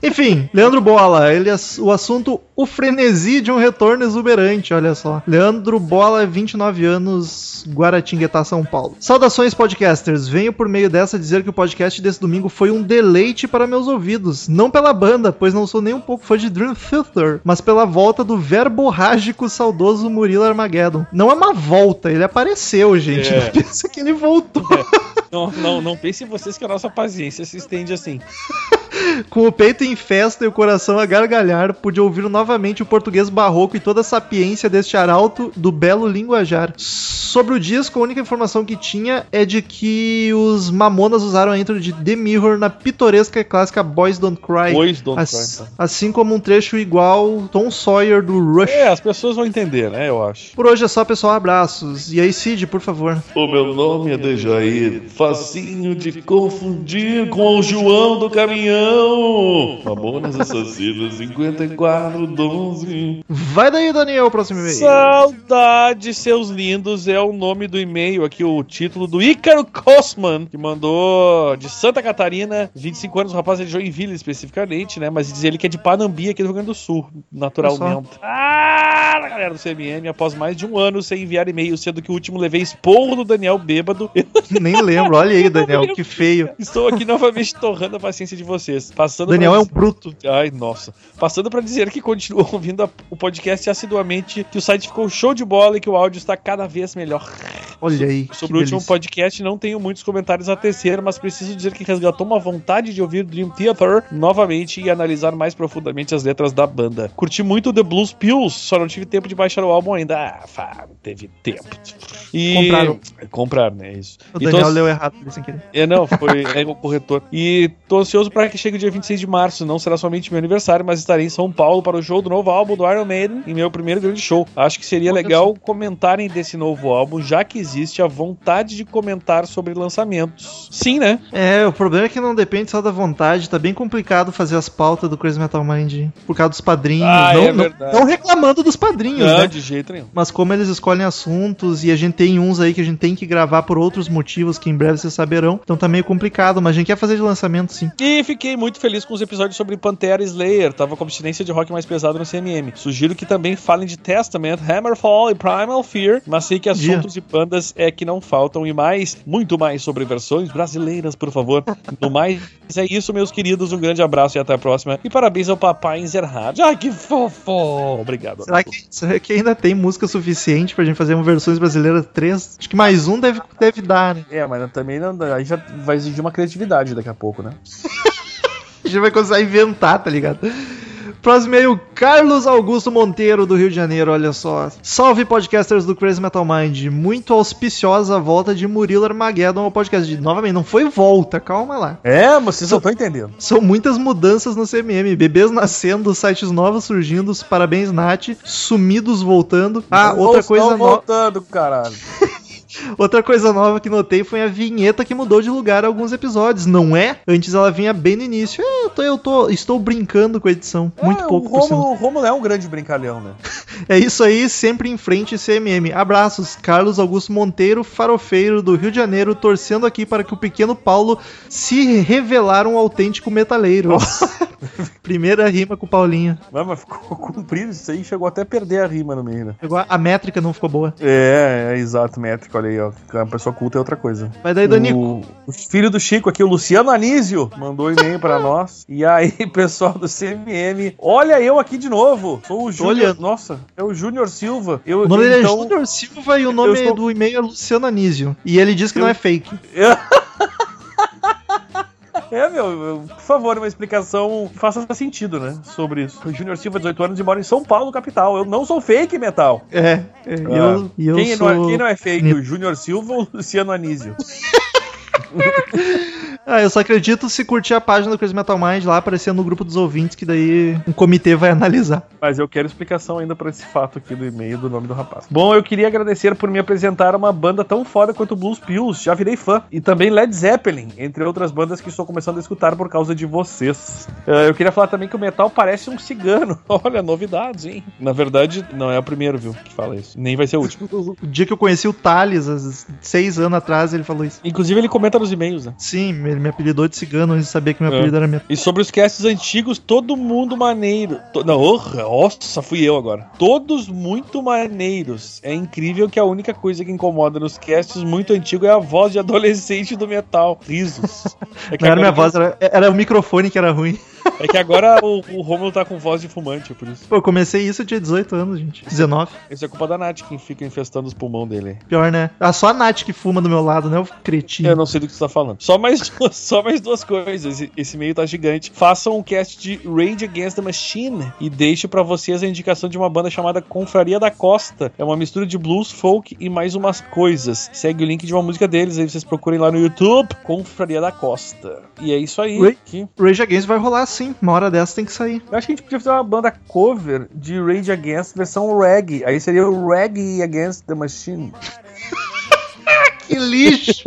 Enfim, Leandro Bola, ele ass- o assunto o frenesi de um retorno exuberante, olha só. Leandro Bola, 29 anos, Guaratinguetá, São Paulo. Saudações podcasters, venho por meio dessa dizer que o podcast desse domingo foi um deleite para meus ouvidos, não pela banda, pois não sou nem um pouco fã de Dream Theater, mas pela volta do verborrágico saudoso Murilo Armageddon. Não é uma volta, ele apareceu, gente.
É.
Não pensa que ele voltou.
não, não, não pensem vocês que a nossa paciência se estende assim.
Com o peito em festa e o coração a gargalhar, pude ouvir novamente o português barroco e toda a sapiência deste arauto do belo linguajar. Sobre o disco, a única informação que tinha é de que os Mamonas usaram a intro de The Mirror na pitoresca e clássica Boys Don't Cry.
Pois, Don't
As-
Cry, tá?
Assim como um trecho igual Tom Sawyer do Rush.
É, as pessoas vão entender, né? Eu acho.
Por hoje é só, pessoal. Abraços. E aí, Cid, por favor.
O meu nome é Dejair, facinho de confundir com o João do caminhão. Mamonas Assassinas 5412.
Vai daí, Daniel, o próximo e-mail.
Saudade, seus lindos, é o nome do e-mail aqui, o título do Ícaro Cosman, que mandou de Santa Catarina, 25 anos, o rapaz é de Joinville especificamente, né? Mas diz ele que é de Panambi, aqui do Rio Grande do Sul, naturalmente. Ah, galera do CMM, após mais de um ano sem enviar e-mail, sendo que o último levei esporro do Daniel bêbado,
Nem lembro. Olha aí, Daniel, que feio.
estou aqui novamente torrando a paciência de vocês. Passando
Daniel
pra-
é um bruto.
Ai, nossa. Passando pra dizer que continua ouvindo a- o podcast assiduamente, que o site ficou show de bola e que o áudio está cada vez melhor.
Olha aí. que
Sobre o último
delícia.
podcast, não tenho muitos comentários a tecer, mas preciso dizer que resgatou uma vontade de ouvir Dream Theater novamente e analisar mais profundamente as letras da banda. Curti muito The Blues Pills, só não tive tempo de baixar o álbum ainda. Ah, fá, teve tempo. E...
Compraram.
Compraram, né? Isso.
O
E tô
Daniel leu errado ele sem querer.
é, não, foi é o corretor. E tô ansioso para que chegue o dia 26 de março. Não será somente meu aniversário, mas estarei em São Paulo para o show do novo álbum do Iron Maiden e meu primeiro grande show. Acho que seria legal comentarem desse novo álbum, já que existe a vontade de comentar sobre lançamentos. Sim, né?
É, o problema é que não depende só da vontade. Tá bem complicado fazer as pautas do Crazy Metal Mind por causa dos padrinhos.
Ah,
não,
é
não-
verdade.
não reclamando dos padrinhos,
Não,
né?
de jeito nenhum.
Mas como eles escolhem assuntos e a gente tem uns aí que a gente tem que gravar por outros motivos que em breve vocês saberão, então tá meio complicado, mas a gente quer fazer de lançamento sim.
E fiquei muito feliz com os episódios sobre Pantera e Slayer. Tava com abstinência de rock mais pesado no CMM. Sugiro que também falem de Testament, Hammerfall e Primal Fear, mas sei que assuntos e bandas é que não faltam e mais, muito mais sobre versões brasileiras, por favor. No mais, é isso, meus queridos. Um grande abraço e até a próxima. E parabéns ao papai Enzerhard. Ai, que fofo! Obrigado.
Será que, será que ainda tem música suficiente pra gente fazer uma versões brasileiras 3? Acho que mais um deve, deve dar, né?
É, mas também não, aí já vai exigir uma criatividade daqui a pouco, né?
A gente vai começar a inventar, tá ligado? Próximo e-mail, Carlos Augusto Monteiro, do Rio de Janeiro, olha só. Salve, podcasters do Crazy Metal Mind. Muito auspiciosa a volta de Murilo Armageddon ao podcast. De... Novamente, não foi volta, calma lá.
É, mas vocês não estão entendendo.
São muitas mudanças no CMM. Bebês nascendo, sites novos surgindo. Parabéns, Nath. Sumidos voltando. Ah, outra coisa nova.
voltando, caralho.
Outra coisa nova que notei foi a vinheta que mudou de lugar alguns episódios, não é? Antes ela vinha bem no início. É, Eu, tô, eu tô- estou brincando com a edição. Muito pouco, por sinal.
É, Ah, o Romulo é um grande brincalhão, né?
É isso aí, sempre em frente, CMM. Abraços, Carlos Augusto Monteiro, farofeiro do Rio de Janeiro, torcendo aqui para que o pequeno Paulo se revelar um autêntico metaleiro. Primeira rima com o Paulinho.
Mas, mas ficou comprido isso aí, chegou até a perder a rima no meio, né?
Agora, a métrica não ficou boa.
É, é exato, métrico, olha aí, ó. A pessoa culta é outra coisa.
Vai daí, Danico.
O, o filho do Chico aqui, o Luciano Anísio, mandou um e-mail pra nós. E aí, pessoal do CMM, olha eu aqui de novo. Sou o Júnior.
olhando.
Nossa, é o Júnior Silva. Eu,
O nome dele é
então-
Júnior Silva e o nome
estou-
do e-mail é Luciano Anísio. E ele diz que não é fake.
É, meu, eu- por favor, uma explicação que faça sentido, né? Sobre isso. O Júnior Silva, 18 anos, e mora em São Paulo, capital. Eu não sou fake metal.
É, é, e eu, e eu
Ah. quem,
sou...
não é, quem não é fake?
Nito.
O Júnior Silva ou o Luciano Anísio?
Ah, eu só acredito se curtir a página do Crazy Metal Mind lá, aparecer no grupo dos ouvintes, que daí um comitê vai analisar.
Mas eu quero explicação ainda pra esse fato aqui do e-mail do nome do rapaz. Bom, eu queria agradecer por me apresentar a uma banda tão foda quanto Blues Pills, já virei fã. E também Led Zeppelin, entre outras bandas que estou começando a escutar por causa de vocês. Eh, eu queria falar também que o metal parece um cigano. Olha, novidades, hein? Na verdade, não é o primeiro, viu, que fala isso. Nem vai ser o último.
O dia que eu conheci o Thales, há seis anos atrás, ele falou isso.
Inclusive, ele comenta nos e-mails, né?
Sim, ele me apelidou de cigano antes de saber que meu
É.
apelido era metal.
E sobre os casts antigos, todo mundo maneiro. To- Não, orra, nossa, fui eu agora. Todos muito maneiros. É incrível que a única coisa que incomoda nos casts muito antigos é a voz de adolescente do metal. Risos. É
Não era minha
agora,
voz, era, era o microfone que era ruim.
é que agora o, o Romulo tá com voz de fumante, é por isso.
Pô, eu comecei isso, eu tinha 18 anos, gente. 19.
Isso é culpa da Nath, que fica infestando os pulmões dele.
Pior, né? Ah, só a Nath que fuma do meu lado, né? O cretino.
Eu não sei do que você tá falando. Só mais, duas- só mais duas coisas. Esse, esse e-mail tá gigante. Façam um cast de Rage Against the Machine e deixo pra vocês a indicação de uma banda chamada Confraria da Costa. É uma mistura de blues, folk e mais umas coisas. Segue o link de uma música deles, aí vocês procurem lá no YouTube. Confraria da Costa. E é isso aí.
Ui.
Que-
Rage Against vai rolar sim. Uma hora dessa tem que sair.
Eu acho que a gente podia fazer uma banda cover de Rage Against versão reggae. Aí seria o Reggae Against the Machine.
Que lixo!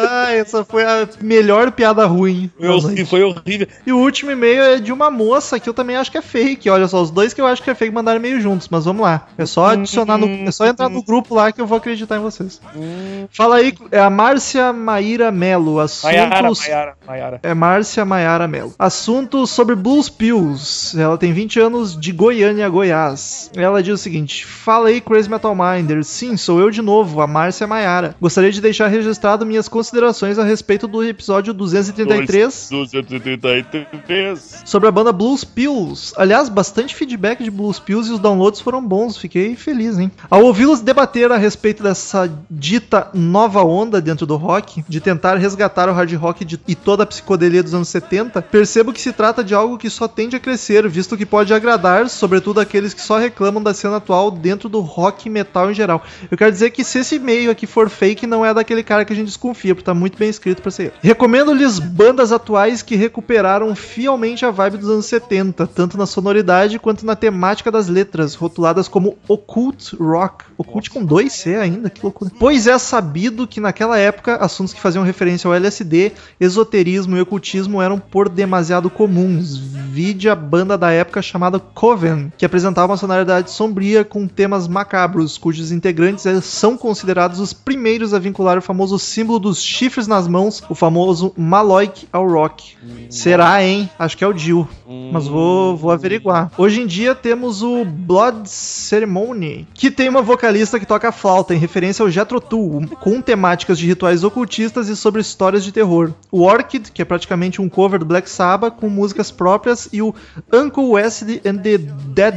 ah, essa foi a melhor piada ruim. da
Meu,
noite.
e foi horrível.
E o último e-mail é de uma moça que eu também acho que é fake. Olha só, os dois que eu acho que é fake mandaram e-mail juntos, mas vamos lá. É só adicionar no. É só entrar no grupo lá que eu vou acreditar em vocês.
Hum.
Fala aí, é a Márcia Maíra Melo.
Maiara,
Assuntos.
Maiara, Maiara.
É Márcia Maiara Mello. Assunto sobre Blues Pills. Ela tem 20 anos de Goiânia, Goiás. Ela diz o seguinte: Fala aí, Crazy Metal Minder. Sim, sou eu de novo, a Márcia Maiara. Gostaria de deixar registrado minhas considerações a respeito do episódio 233
233.
sobre a banda Blues Pills. Aliás, bastante feedback de Blues Pills e os downloads foram bons, fiquei feliz, hein? Ao ouvi-los debater a respeito dessa dita nova onda dentro do rock, de tentar resgatar o hard rock de- e toda a psicodelia dos anos 70, percebo que se trata de algo que só tende a crescer, visto que pode agradar, sobretudo aqueles que só reclamam da cena atual dentro do rock e metal em geral. Eu quero dizer que se esse e-mail aqui for fake, não é daquele cara que a gente desconfia, porque tá muito bem escrito pra ser. ele. Recomendo-lhes bandas atuais que recuperaram fielmente a vibe dos anos 70, tanto na sonoridade quanto na temática das letras, rotuladas como occult rock. Occult com dois C ainda, que loucura. Pois é sabido que naquela época, assuntos que faziam referência ao LSD, esoterismo e ocultismo eram por demasiado comuns. Vide a banda da época chamada Coven, que apresentava uma sonoridade sombria com temas macabros, cujos integrantes eh, são considerados os primeiros a vincular o famoso símbolo dos chifres nas mãos, o famoso Maloik ao rock. Será, hein? Acho que é o Jill mas vou, vou averiguar. Hoje em dia temos o Blood Ceremony, que tem uma vocalista que toca flauta em referência ao Jethro Tull, um, com temáticas de rituais ocultistas e sobre histórias de terror. O Orchid, que é praticamente um cover do Black Sabbath com músicas próprias, e o Uncle Wesley and the Dead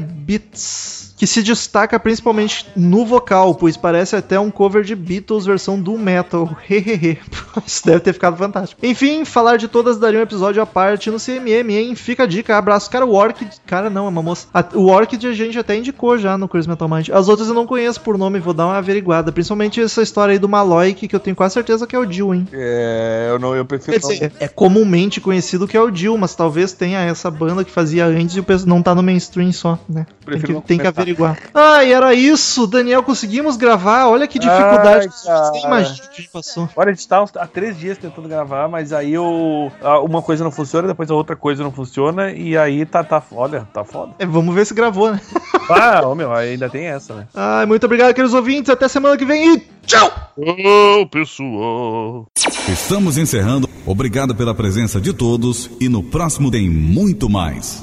Beats, que se destaca principalmente no vocal, pois parece até um cover de Beatles versão do metal. Hehehe. Isso deve ter ficado fantástico. Enfim, falar de todas daria um episódio à parte no CMM, hein? Fica a dica, abraço. Cara, o Orchid. Cara, não, é uma moça. A- o Orchid a gente até indicou já no Crazy Metal Mind. As outras eu não conheço por nome, vou dar uma averiguada. Principalmente essa história aí do Maloik, que eu tenho quase certeza que é o Jill, hein?
É, eu não, eu prefiro
Quer
não.
dizer, é comumente conhecido que é o Jill, mas talvez tenha essa banda que fazia antes e o pessoal não tá no mainstream só, né? Tem
Prefiro
que,
não
tem que
comentar.
averiguar. Ah, e era isso, Daniel, conseguimos gravar. Olha que dificuldade.
cara.
Você imagina que a gente passou.
Olha, a gente tá uns- há três dias tentando gravar, mas aí o, a- uma coisa não funciona, depois a outra coisa não funciona, e aí tá, tá, olha, tá foda.
É, vamos ver se gravou, né?
Ah, ô, meu, ainda tem essa, né?
Ai, muito obrigado, queridos ouvintes. Até semana que vem e
Estamos encerrando. Obrigado pela presença de todos e no próximo tem muito mais.